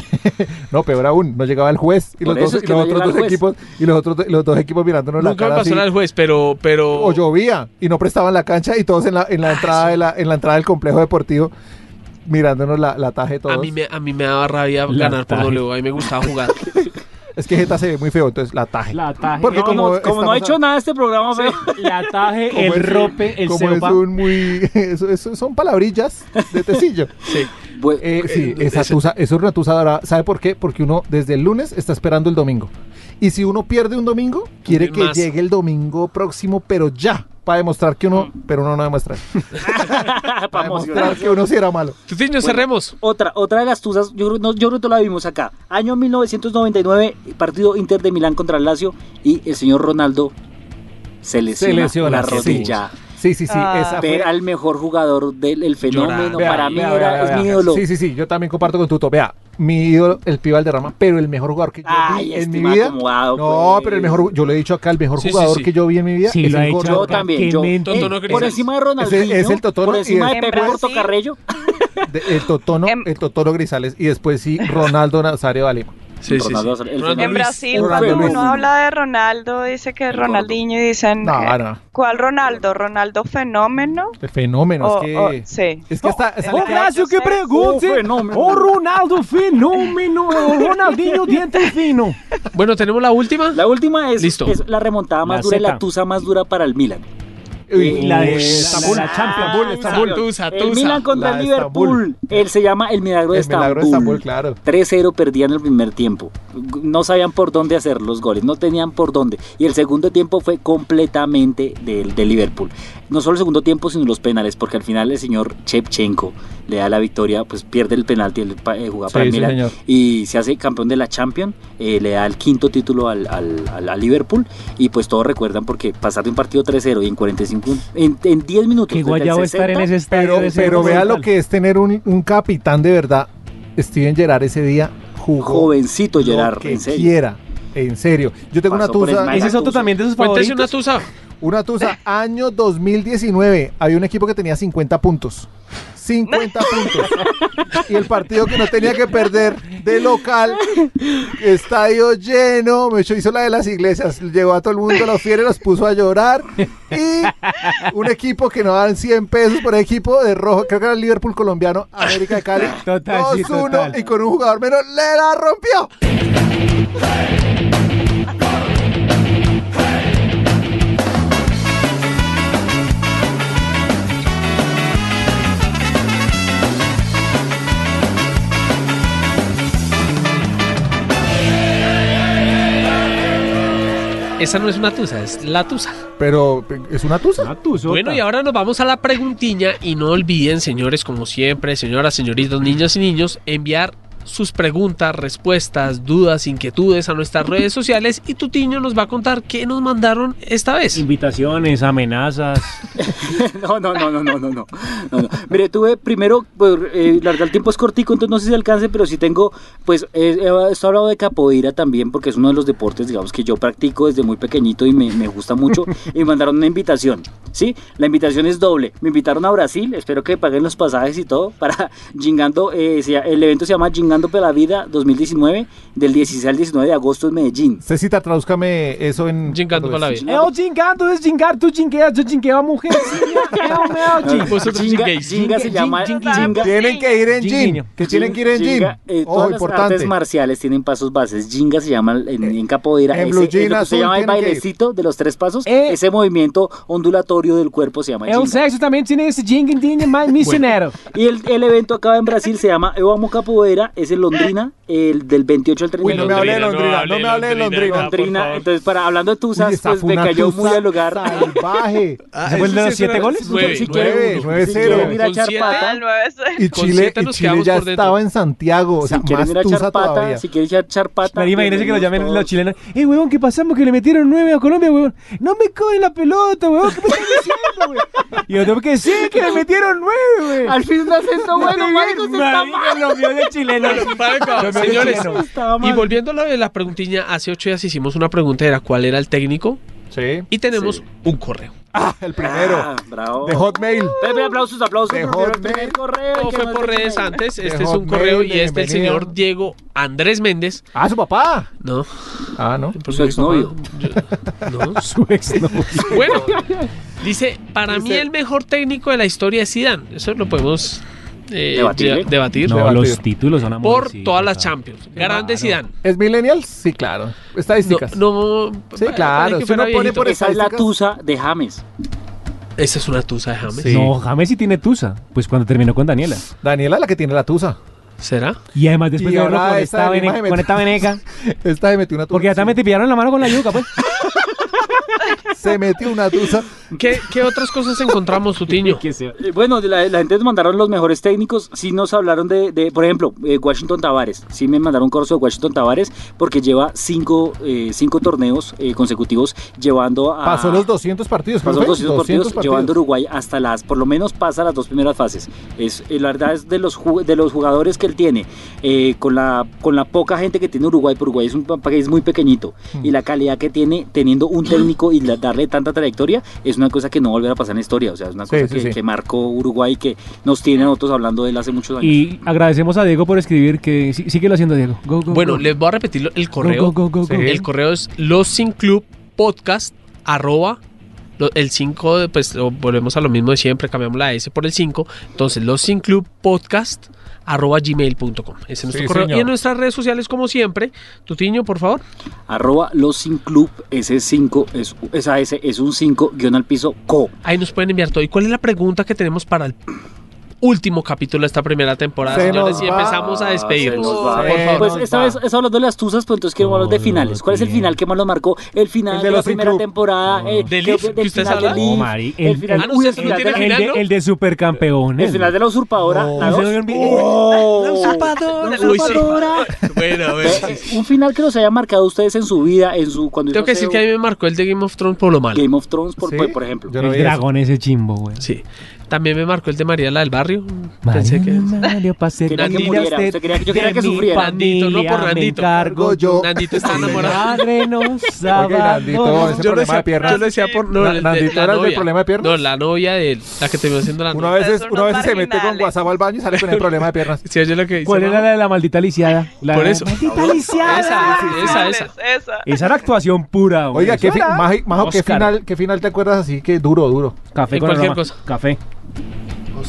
No, peor aún, no llegaba el juez y
Por
los,
eso
dos,
es
y
que
los
no
otros
llegaba el
dos
juez.
equipos y los otros los dos equipos mirándonos la
Nunca me
cara
pasó
así.
nada el juez, pero, pero
o llovía y no prestaban la cancha y todos en la, en
Ah,
la entrada de la, en la entrada del complejo deportivo mirándonos la, la taje todos.
a mí, me, a mí me daba rabia
La
ganar por
taje.
W, a mí me gustaba jugar.
Es que Jeta se ve muy feo, entonces la taje. Porque
No, no,
como,
como no ha hecho nada este programa, feo.
La taje,
como es un- como es un muy eso- eso son palabrillas de tecillo.
sí.
Eh, sí, esa tusa- eso es una tusa dorada. ¿Sabe por qué? Porque uno desde el lunes está esperando el domingo. Y si uno pierde un domingo, quiere que
más.
llegue el domingo próximo, pero ya, para demostrar que uno, pero uno no demuestra.
Para
demostrar que uno sí era malo.
Bueno, Otra, otra de las tuzas, yo, creo- no, yo creo que la vimos acá. Año 1999, partido Inter de Milán contra el Lazio y el señor Ronaldo se lesiona, la
sí.
rodilla.
Sí, sí, sí.
Ah.
esa fue-
Ver al mejor jugador del el fenómeno,
Vea,
para mí
vea,
era,
vea,
es
vea.
mi ídolo.
Sí, sí, sí, yo también comparto con Tuto. Vea, mi ídolo, el pibe Valderrama, pero el mejor jugador que yo
Ay,
vi en
este
mi
mal
vida.
acomodado,
no,
pues.
pero el mejor, yo le he dicho acá, el mejor
Sí, sí,
jugador
sí.
que yo vi en mi vida
Sí,
es
lo
el
ha dicho
gordo.
yo también. Yo,
Eh,
eh, por encima de Ronaldinho,
Ese- es el Totono
por
y
encima
es-
de Pepe Portocarrello.
de- el Totono,
Em.
el Totono Grisales y después sí Ronaldo Nazario Alima.
Sí, sí,
Ronaldo sí. Nazario- el Ronaldo
En Brasil, cuando uno habla de Ronaldo, dice que es Ronaldinho y dicen,
No,
eh,
no.
¿cuál Ronaldo? ¿Ronaldo fenómeno?
El fenómeno,
Oh,
O-
es que
o- sí.
es que está, está-
Oh, gracias,
que pregunte.
Oh,
fenómeno. Oh, Ronaldo, fenómeno. Oh, Ronaldinho, diente fino.
Bueno, tenemos la última.
La última es,
Listo.
es la remontada más
La
dura y
Zeta.
la tusa más dura para el Milan.
Uy,
Eh,
la de-
uy,
Estambul,
la-
Ah,
Estambul,
la-
Estambul.
la-
Tusa,
el
tusa.
Milan contra
La
el
de
Liverpool. Él se llama el milagro de
El milagro de
Estambul.
Estambul, claro.
3-0 perdían el primer tiempo. No sabían por dónde hacer los goles, no tenían por dónde. Y el segundo tiempo fue completamente del de Liverpool. No solo el segundo tiempo, sino los penales, porque al final el señor Chepchenko le da la victoria, pues pierde el penalti, el pa- eh, jugaba
Sí,
para el
sí,
Milan,
señor.
y se hace campeón de la Champions, eh, le da el quinto título al, al- al- al Liverpool y pues todos recuerdan porque pasar de un partido 3-0 y en 45, en, en 10 minutos,
Qué
desde el
guayabo estar en
60,
ese estadio
Pero,
de ese
pero vea lo
monumental.
que es tener un, un capitán de verdad. Steven Gerrard ese día jugó
Jovencito
lo
Gerrard,
que
en serio.
quiera. En serio. Yo tengo
Pasó por
una tusa. eh,
Esmael Ese es otro Gattuso.
también de sus
Cuéntese una tusa.
Una tusa. Año 2019. Había un equipo que tenía 50 puntos. 50 puntos. Y el partido que no tenía que perder de local. Estadio lleno. Me hizo hizo la de las iglesias. Llegó a todo el mundo, los fieles los puso a llorar. Y un equipo que no dan 100 pesos por equipo de rojo. Creo que era el Liverpool colombiano, América de Cali.
Total, sí,
2-1
total.
y con un jugador menos le la rompió.
Esa no es una tusa, es la tusa.
Pero es una tusa.
Bueno, y ahora nos vamos a la preguntiña y no olviden, señores, como siempre, señoras, señoritos, niños y niños, enviar sus preguntas, respuestas, dudas, inquietudes a nuestras redes sociales y Tutiño nos va a contar qué nos mandaron esta vez.
Invitaciones, amenazas.
No, no, no, no, no, no, no. No, no. Mire, tuve primero, por, eh, la verdad el tiempo es cortico, entonces no sé si alcance, pero sí tengo, pues, eh, he- estoy hablando de capoeira también, porque es uno de los deportes, digamos, que yo practico desde muy pequeñito y me, me gusta mucho. y me mandaron una invitación, ¿sí? La invitación es doble. Me invitaron a Brasil, espero que paguen los pasajes y todo, para Gingando, eh, se- el evento se llama Gingando por la Vida 2019, del 16 al 19 de agosto en Medellín.
Cecita, tradúzcame eso en. portugués.
Eu gingando, es gingar, tú jingueas, yo jingueo a mujer.
Vosotros jinguéis. Jinga se llama- Jinga-
Tienen que ir en jean. Que Pues tienen que ir en
Jinga,
jean.
eh,
Ojo,
todas las
importante. Eh,
artes marciales tienen pasos bases. Jinga se llama en, en capoeira.
en
ese-
blue
es lo
jean
que
azul
se llama el
tienen que ir. Eh.
bailecito de los tres pasos. ese movimiento ondulatorio del cuerpo se llama
El
jinga.
sexo también tiene ese jingue, jingue, más misionero.
Y el, el evento acá en Brasil se llama Eu Amo Capoeira. es el Londrina, el del 28 al 31.
Uy, no me hable de Londrina, no me hable de Londrina.
Londrina, entonces para hablando de
Uy,
Tuzas,
esa
pues
fue
me
una
cayó
tusa
muy al lugar.
Salvaje.
Ah,
¿Se fue el de
eso
los
sí era-
siete goles?
nueve,
Sí,
nueve,
nueve,
uno.
nueve,
Si
cero.
quieren ir a Con echar siete- pata.
Al 9-0.
Y
Con
Chile,
siete
y
nos
Chile
quedamos
ya
por dentro.
estaba en Santiago. O sea,
Si quieren
más
ir a
tusa
echar pata,
todavía.
si quieren ir a echar pata.
Pero imagínense que lo
bienvenidos
llamen
todos.
los chilenos. ¡Eh, huevón, qué pasamos? Que le metieron nueve a Colombia, huevón. ¡No me cogen la pelota, huevón! ¿Qué me estás diciendo, güey? Y yo tengo que decir que le metieron nueve, güey.
Al fin un acento bueno, marico, se está mal.
Marica, Lo vio de chileno.
Bueno, marica,
Lo vio de
señores.
chileno.
Estaba
Y
mal.
volviendo a lo de la preguntiña, hace ocho días hicimos una pregunta, era cuál era el técnico,
Sí.
y tenemos
Sí.
un correo.
Ah, el primero.
Ah, bravo.
De Hotmail.
Pepe, aplausos, aplausos.
De
porque el
Hotmail.
primer correo,
No
que
fue
no
por
es de
redes
Hotmail.
antes,
De
este es un
Hotmail,
correo y
de
este el
bienvenida.
señor Diego Andrés Méndez.
Ah, su papá.
No,
Ah, no.
porque
Su
mi
exnovio.
papá- yo- no.
Su exnovio.
Bueno, dice, para mí
Dice-
el mejor técnico de la historia es Zidane. Eso lo podemos eh,
Debatir.
de- debatir
No,
Debatir.
los títulos son amores.
por
sí,
todas las
total.
Champions. Grande
Claro.
Zidane.
¿Es millennial? Sí, claro.
No,
Estadísticas.
no,
Sí,
pa-
claro,
parece que
si uno
fuera
pone
viejito.
por
Esa es la
estadísticas.
tusa de James.
Esa es una tusa de James.
Sí.
No, James sí tiene tusa. Pues cuando terminó con Daniela.
Daniela es la que tiene la tusa.
¿Será?
Y además después
Y
de verlo
ahora
con
esta
esta,
de
vene-
James.
con esta veneca.
Esta se metió una tusa.
Porque ya también te pillaron la mano con la yuca, pues.
Se metió una tusa.
¿Qué, qué otras cosas encontramos, Tutiño?
Eh, Bueno, de la, la gente nos mandaron los mejores técnicos. Sí nos hablaron de, de, por ejemplo, eh, Washington Tavares. Sí me mandaron un corso de Washington Tavares porque lleva cinco, eh, cinco torneos eh, consecutivos llevando a...
Pasó los 200 partidos.
Ah. Pues Pasó
¿no
los
fue?
200 partidos, llevando a Uruguay hasta las, por lo menos pasa las dos primeras fases. Es, eh, la verdad es de los, ju- de los jugadores que él tiene, eh, con, la, con la poca gente que tiene Uruguay, porque Uruguay es un pa- país muy pequeñito,
Mm.
y la calidad que tiene teniendo un técnico y la- darle tanta trayectoria, es una cosa que no volverá a pasar en la historia, o sea, es una
Sí,
cosa
sí,
que,
sí.
que marcó Uruguay, que nos tiene a nosotros hablando de él hace muchos años.
Y agradecemos a Diego por escribir, que sí- síguelo haciendo, Diego. Go, go,
Bueno,
go.
les voy a repetir lo- el correo.
Go, go, go, go,
Sí.
go.
El correo es los sin club podcast arroba lo- el 5, pues o- volvemos a lo mismo de siempre, cambiamos la S por el 5. Entonces, los sin club podcast arroba gmail.com. Ese es nuestro
Sí,
correo.
señor.
Y en nuestras redes sociales, como siempre, Tutiño, por favor.
Arroba los sin club, ese 5, es, esa S es un 5, guión al piso, co.
Ahí nos pueden enviar todo. ¿Y cuál es la pregunta que tenemos para el último capítulo de esta primera temporada,
Se
señores?
nos
Y
va,
empezamos a despedirnos.
Se nos va.
Se
por favor.
Pues
nos
esta
va.
vez es hablando de las tuzas, pues entonces quiero hablar de
No,
finales. ¿Cuál es el
tío.
final que más lo marcó? El final
El
de,
de
la
los sin
primera
club.
temporada.
No.
eh,
¿Del
que-
Leaf?
del
¿Que usted
final
habla?
del
Oh,
Leaf,
No, Oh, Mari,
El
el-
final
Ah, no,
uy,
usted
el
no
final de
tiene
la-
El, de,
¿no?
el de supercampeones.
el final de la usurpadora.
No.
la
No se
dos.
me olvide.
Oh.
usurpadora,
La
uy, sí.
usurpadora.
Bueno, a ver.
Eh, eh, Un final que los haya marcado a ustedes en su vida, en su cuando
Tengo
hizo
que decir
ese
que a mí me marcó el de Game of Thrones por lo malo.
Game of Thrones, por,
¿Sí?
por- por ejemplo.
Yo no
el
vi eso.
dragón ese chimbo, güey.
Sí. También me marcó el de María la del barrio. Pensé
Mario,
que.
Mario, pasé
Quería que
con
muriera,
usted,
usted quería que- yo
de
quería que
mi
sufriera.
Nandito, no por
familia me
Nandito.
encargo
yo.
Nandito está
Mi
enamorado.
madre nos
Oye, Nandito,
abandonó.
ese problema de
Yo
piernas.
lo decía por.
Na-
No, el de-
Nandito era
la
el del
novia.
problema de piernas.
No, la novia de la que terminó siendo la
Una
novia.
vez,
son
una vez
los
se mete con
marginales.
WhatsApp al baño y sale con el problema de piernas.
Sí, yo lo que hice,
¿Cuál era
mamá.
la de la maldita lisiada? La
Por
de-
eso.
¡Maldita lisiada!
Esa, esa, esa.
Esa.
Esa era actuación pura, güey.
Oiga,
Eso
¿qué, fi-
era
Maji- Majo, ¿qué,
Oscar.
final, ¿qué final te acuerdas así que duro, duro?
Café
En
con
cualquier
aroma.
cosa.
Café.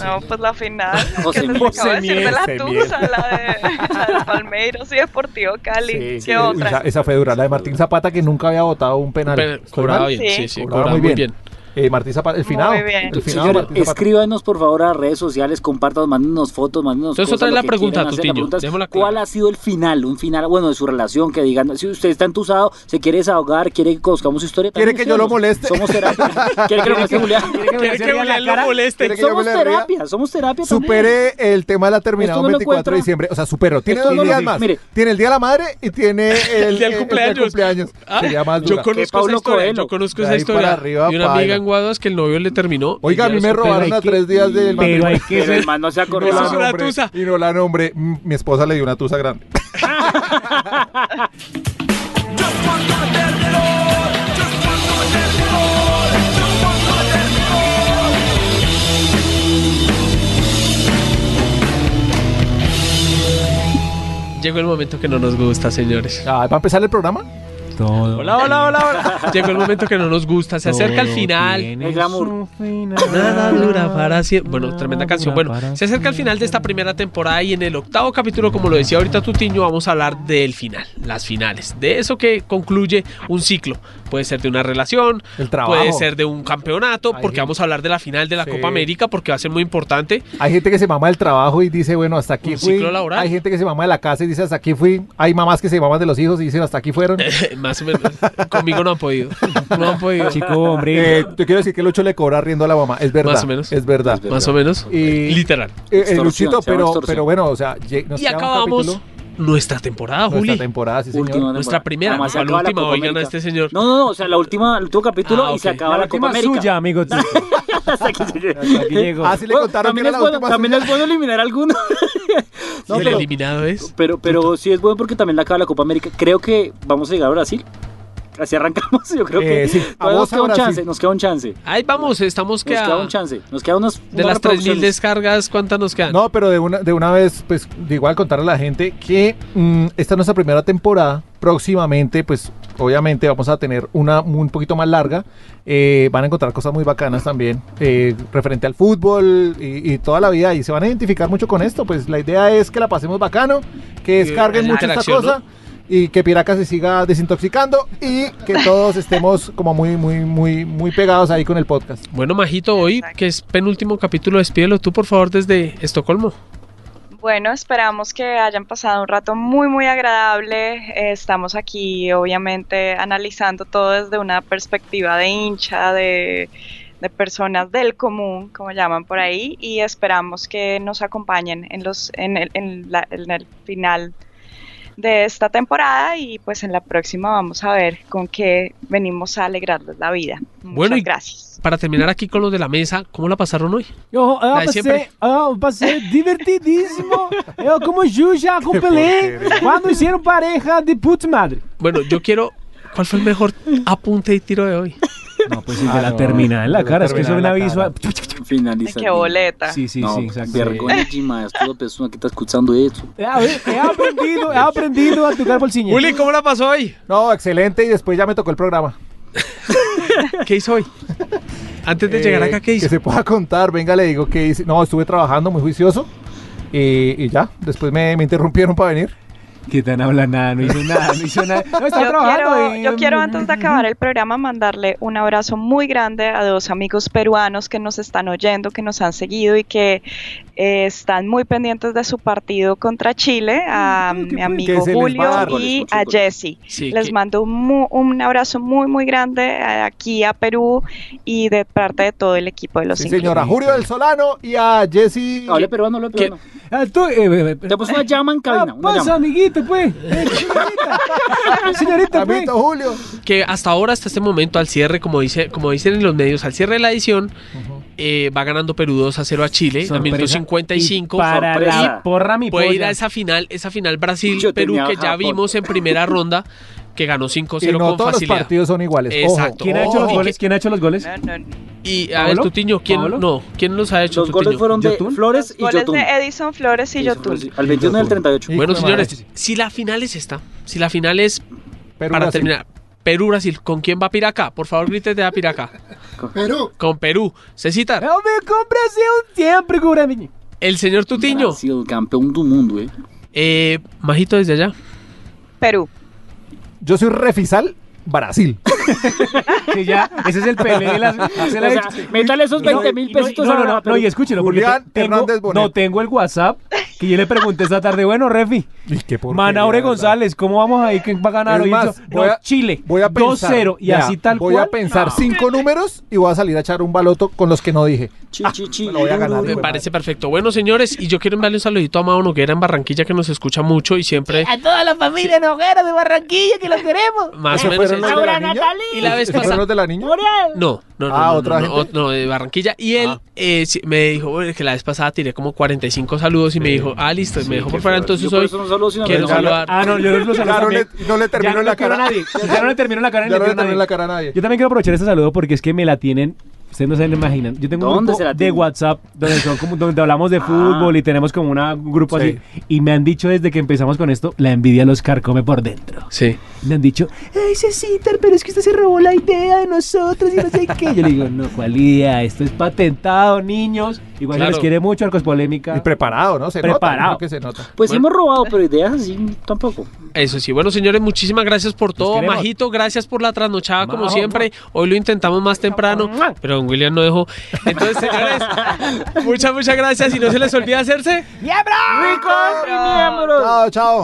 No, pues la final.
José
que se les
Miel,
acaba de decir de la
José Miel.
Tusa, la de, la de Palmeiras y Deportivo Cali. ¿Qué
Uy,
otra?
Esa, esa fue dura. La de Martín Zapata que nunca había votado un penal.
Pero
¿Estoy
Cobraba
mal?
bien, sí, sí,
Cobraba
cobraba muy bien.
Eh, Martín Zapata, el final.
bien.
El final,
Señores,
Martín Zapata.
escríbanos por favor a redes sociales, compártanos, mándenos fotos, mándenos
Entonces,
cosas,
otra es
lo
la
que
pregunta,
quieran hacer.
Tutiño,
La pregunta es,
démosla clara.
¿Cuál ha sido el final? Un final, bueno, de su relación, que digan, si usted está entusado, se quiere desahogar, quiere que conozcamos su historia.
Quiere
también
que yo lo moleste.
escríbanos. Somos terapia. Quiere que lo moleste Julián.
¿Quiere que Julián lo moleste?
Quiere que yo
Somos
me la ría.
terapia, somos terapia también.
Superé el tema de la terminado
Esto no lo
24 de
encuentra.
diciembre. O sea, supero. Tiene
Esto
dos
no lo-
días más.
mire.
Tiene el día de la madre y tiene el,
El del cumpleaños.
cumpleaños.
Ah,
Sería más
Yo
dura.
conozco esa
Paulo
historia.
Coelho.
Yo conozco
De
esa
ahí para
historia.
arriba,
Y una amiga
paila.
en Guadas que el novio le terminó. y
Oiga, a
ya
mí me
después-
robaron
hay
a
que-
tres días del
Pero hay que
Pero el
ser...
man no se
Y no
acordó.
Eso
la
es una
nombré.
tusa.
Y no la nombré. Mm, Mi esposa le dio una tusa grande.
Llegó el momento que no nos gusta, señores.
Ah, ¿Va a empezar el programa?
Todo.
Hola, hola, hola, hola. Llegó el momento que no nos gusta. Se acerca el final.
El glamour.
Nada dura para siempre. Bueno, tremenda canción. Bueno, se acerca el final de esta primera temporada y en el octavo capítulo, como lo decía ahorita Tutiño, vamos a hablar del final, las finales. De eso que concluye un ciclo. Puede ser de una relación,
El trabajo.
puede ser de un campeonato, porque vamos a hablar de la final de la
Sí.
Copa América, porque va a ser muy importante.
Hay gente que se mama del trabajo y dice, bueno, hasta aquí
Un
fui.
ciclo laboral.
Hay gente que se mama de la casa y dice, hasta aquí fui. Hay mamás que se maman de los hijos y dicen, hasta aquí fueron.
Más o menos, conmigo no han podido. No han podido.
Eh, te quiero decir que Lucho le cobra riendo a la mamá. Es verdad.
Más o menos.
Es verdad.
Más o menos.
Y-
Literal.
Eh, eh,
Extorsión,
Luchito,
se llama
pero,
extorsión.
pero bueno, o sea, lleg- nos
Y
queda un
acabamos
capítulo.
nuestra temporada,
Nuestra
Juli.
temporada, sí, señor.
Última
Nuestra
temporada.
primera,
Además, se
no, la
acaba la
última,
Copa
oigan a
América.
este señor.
No, no, no, o sea, la última, el último capítulo
Ah,
y se
ok.
acaba la,
La
Copa
última
América.
suya,
amigo. Hasta aquí llegué.
Así Ah, le
Bueno,
contaron que
también
era
es
la
bueno,
última
También es bueno eliminar alguno. No,
el
pero,
eliminado es.
pero, pero sí es bueno porque también la acaba la Copa América. Creo que vamos a llegar a Brasil. Así arrancamos, yo creo
Eh,
que.
sí, a vos
todavía nos
a
queda un
Brasil.
chance, nos queda un chance.
Ahí vamos, estamos
Nos queda un
queda.
chance. Nos queda unas.
De
unas
las 3.000
reproducciones.
descargas, ¿cuántas nos quedan?
No, pero de una, de una vez, pues, de igual contar a la gente que mm, esta es nuestra primera temporada. Próximamente, pues, obviamente vamos a tener una un poquito más larga. Eh, van a encontrar cosas muy bacanas también eh, referente al fútbol y, y toda la vida. Y se van a identificar mucho con esto. Pues, la idea es que la pasemos bacano, que descarguen
la
mucho esta
interacción,
cosa. Y que Piraca se siga desintoxicando y que todos estemos como muy, muy, muy, muy pegados ahí con el podcast.
Bueno, Majito, hoy, que es penúltimo capítulo, despídelo tú, por favor, desde Estocolmo.
Bueno, esperamos que hayan pasado un rato muy, muy agradable. Eh, Estamos aquí, obviamente, analizando todo desde una perspectiva de hincha, de, de personas del común, como llaman por ahí, y esperamos que nos acompañen en, los, en, el, en la- en el final de esta temporada y pues en la próxima vamos a ver con qué venimos a alegrarles la vida. Muchas
Bueno, y-
gracias.
Para terminar aquí con los de la mesa, ¿cómo la pasaron hoy?
Eu, eu,
Vai sempre.
passei, eu passei divertidíssimo. Eu, como Juja, com Pelé,
porqueria.
quando hicieron pareja de puta madre.
Bueno, yo quiero. ¿Cuál fue el mejor apunte y tiro de hoy?
No, pues el de la terminal en la cara, es que eso es una visual.
Finaliza.
Qué boleta.
Sì, sì,
Ah, no, pues,
sì, esatto.
Vergogna demais toda persona que está escuchando esto.
He aprendido, he aprendido a tocar bolsinha.
Juli, ¿cómo la pasó hoy?
No, excelente. Y después ya me tocó el programa.
¿Qué hizo hoy? Antes de llegar
Eh,
acá, ¿qué hizo?
Que se pueda contar, venga, le digo que hice. No, estuve trabajando muy juicioso. eh, Y, y ya, después me, me interrumpieron para venir.
Que tan habla nada, no hizo nada, no hizo nada. No, estaba
yo
trabajando.
Quiero,
eh,
yo quiero antes de acabar el programa mandarle un abrazo muy grande a dos amigos peruanos que nos están oyendo, que nos han seguido y que eh, están muy pendientes de su partido contra Chile, a mi amigo
se les va a dar.
Julio y
Muchos
a
goles.
Jesse.
Sí,
Les
que-
mando un, mu- un abrazo muy, muy grande eh, aquí a Perú y de parte de todo el equipo de los
Sí,
Increíbles.
señora. Julio del Solano y a Jessy.
Hable peruano, hable peruano.
Ah, tú, eh, eh, eh,
Te puso una llama en cabina.
ah,
Una
pasa,
llama.
amiguito, pues. Eh, señorita. Señorita, pues.
Amito Julio.
que hasta ahora, hasta este momento, al cierre, como, dice, como dicen en los medios, al cierre de la edición, eh, va ganando Perú 2 a 0 a Chile, al minuto
Sorpresa.
55.
Y para
sorpresa.
la porra, mi
Puede
polla.
ir a esa final, esa final
Yo
Brasil-Perú
tenía
que ya
Japón.
vimos en primera ronda, que ganó 5-0
Y no
con
todos los
facilidad.
partidos son iguales.
Exacto.
Ojo.
¿Quién ha hecho los
Ojo.
goles? ¿Quién ha hecho los goles?
No, no, no.
Y a ver,
¿Paolo?
Tutiño, ¿quién,
¿Paolo?
no, ¿quién los ha hecho,
Los goles
Tutiño?
fueron de
¿Yotun?
Flores y
Goles
Yotun.
de Edison Flores y
Edison
Yotun.
Flores, Al 21 del 38.
Hijo
Bueno,
de
señores,
madre.
si la final es esta, si la final es,
Perú,
para
Brasil.
terminar, Perú-Brasil, ¿con quién va Piraca? Por favor, griten de a Piraca.
Perú.
Con Perú. Cecita,
Eu me com o Brasil sempre, Guramini.
el señor Tutiño.
Brasil, campeón del mundo, eh.
Eh, Majito desde allá.
Perú.
Yo soy Refisal, Brasil.
Que ya, ese es el Pelé de las. se la
O
he
sea,
hecho.
métale esos
Y no-
20 mil
y no-
pesitos
No,
a-
no, no,
a Perú.
no, y escúchelo. porque
Julián
te- tengo-
Hernández Bonet.
No, tengo el WhatsApp que yo le pregunté esta tarde, bueno, Refi.
Y qué porquería,
Manaure
de verdad.
González, ¿cómo vamos ahí? ¿Quién va a ganar
Es
hoy?
más,
No,
voy a-
Chile.
Voy a pensar.
2-0 y
vea,
así tal
Voy
cual.
a pensar cinco números y voy a salir a echar un baloto con los que no dije.
Chi, chi, chi.
me lo Ah, voy a ganar.
Me
Hijo de
parece perfecto. Bueno, señores, y yo quiero enviarle un saludito a Amado Noguera en Barranquilla que nos escucha mucho y siempre.
A toda la familia Noguera de Barranquilla que los queremos.
Más o
¿Esos
menos.
fueron los
es-
de la
Laura
niña?
Natalí.
Y la vez
¿Esos fueron
pasada-
los de la niña?
No, no, no.
Ah,
no,
¿otra
no, no,
gente?
no, de Barranquilla. Y
Ah.
él eh, sí, me dijo bueno, que la vez pasada tiré como 45 saludos y me dijo, ah, listo, y me dejó por fuera. Entonces
Yo por
hoy
eso no saludo, sino
quiero
que-
saludar.
Ah, no, yo los
Claro,
saludé.
le- no le termino en la cara.
a nadie. Ya no le termino en la cara. ni
Ya no le
quiero
terminé
a nadie.
la cara a nadie.
Yo también quiero aprovechar este saludo porque es que me la tienen. Ustedes no se imaginan. Yo tengo un
¿Dónde se la
grupo de
tienen? Ah.
WhatsApp donde, son como- donde hablamos de fútbol y tenemos como una- un grupo
Sí.
así. Y me han dicho desde que empezamos con esto, la envidia los carcome por dentro.
Sí.
me han dicho, ¡Ey, Ceciter, pero es que usted se robó la idea de nosotros y no sé qué! Yo le digo, no, ¿cuál idea? Esto es patentado, niños. Igual se
Claro.
les quiere mucho, Arcos Polémica. Y
preparado, ¿no? Se nota,
preparado.
creo que se nota.
Pues
Bueno.
hemos robado, pero ideas así tampoco.
Eso sí, bueno señores, muchísimas gracias por todo.
queremos.
Majito, gracias por la trasnochada como
Majo,
siempre. Hoy lo intentamos más temprano, pero don William no dejó. Entonces, señores, muchas, muchas gracias y no se les olvide hacerse.
¡Miembros! ¡Ricos y miembros!
Chao, chao.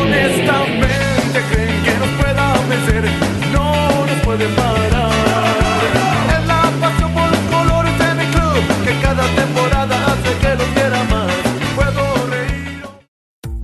Honestamente creen que nos pueda vencer, no nos pueden parar. Es la pasión por los colores de mi club, que cada temporada hace que los quiera más. Puedo reír.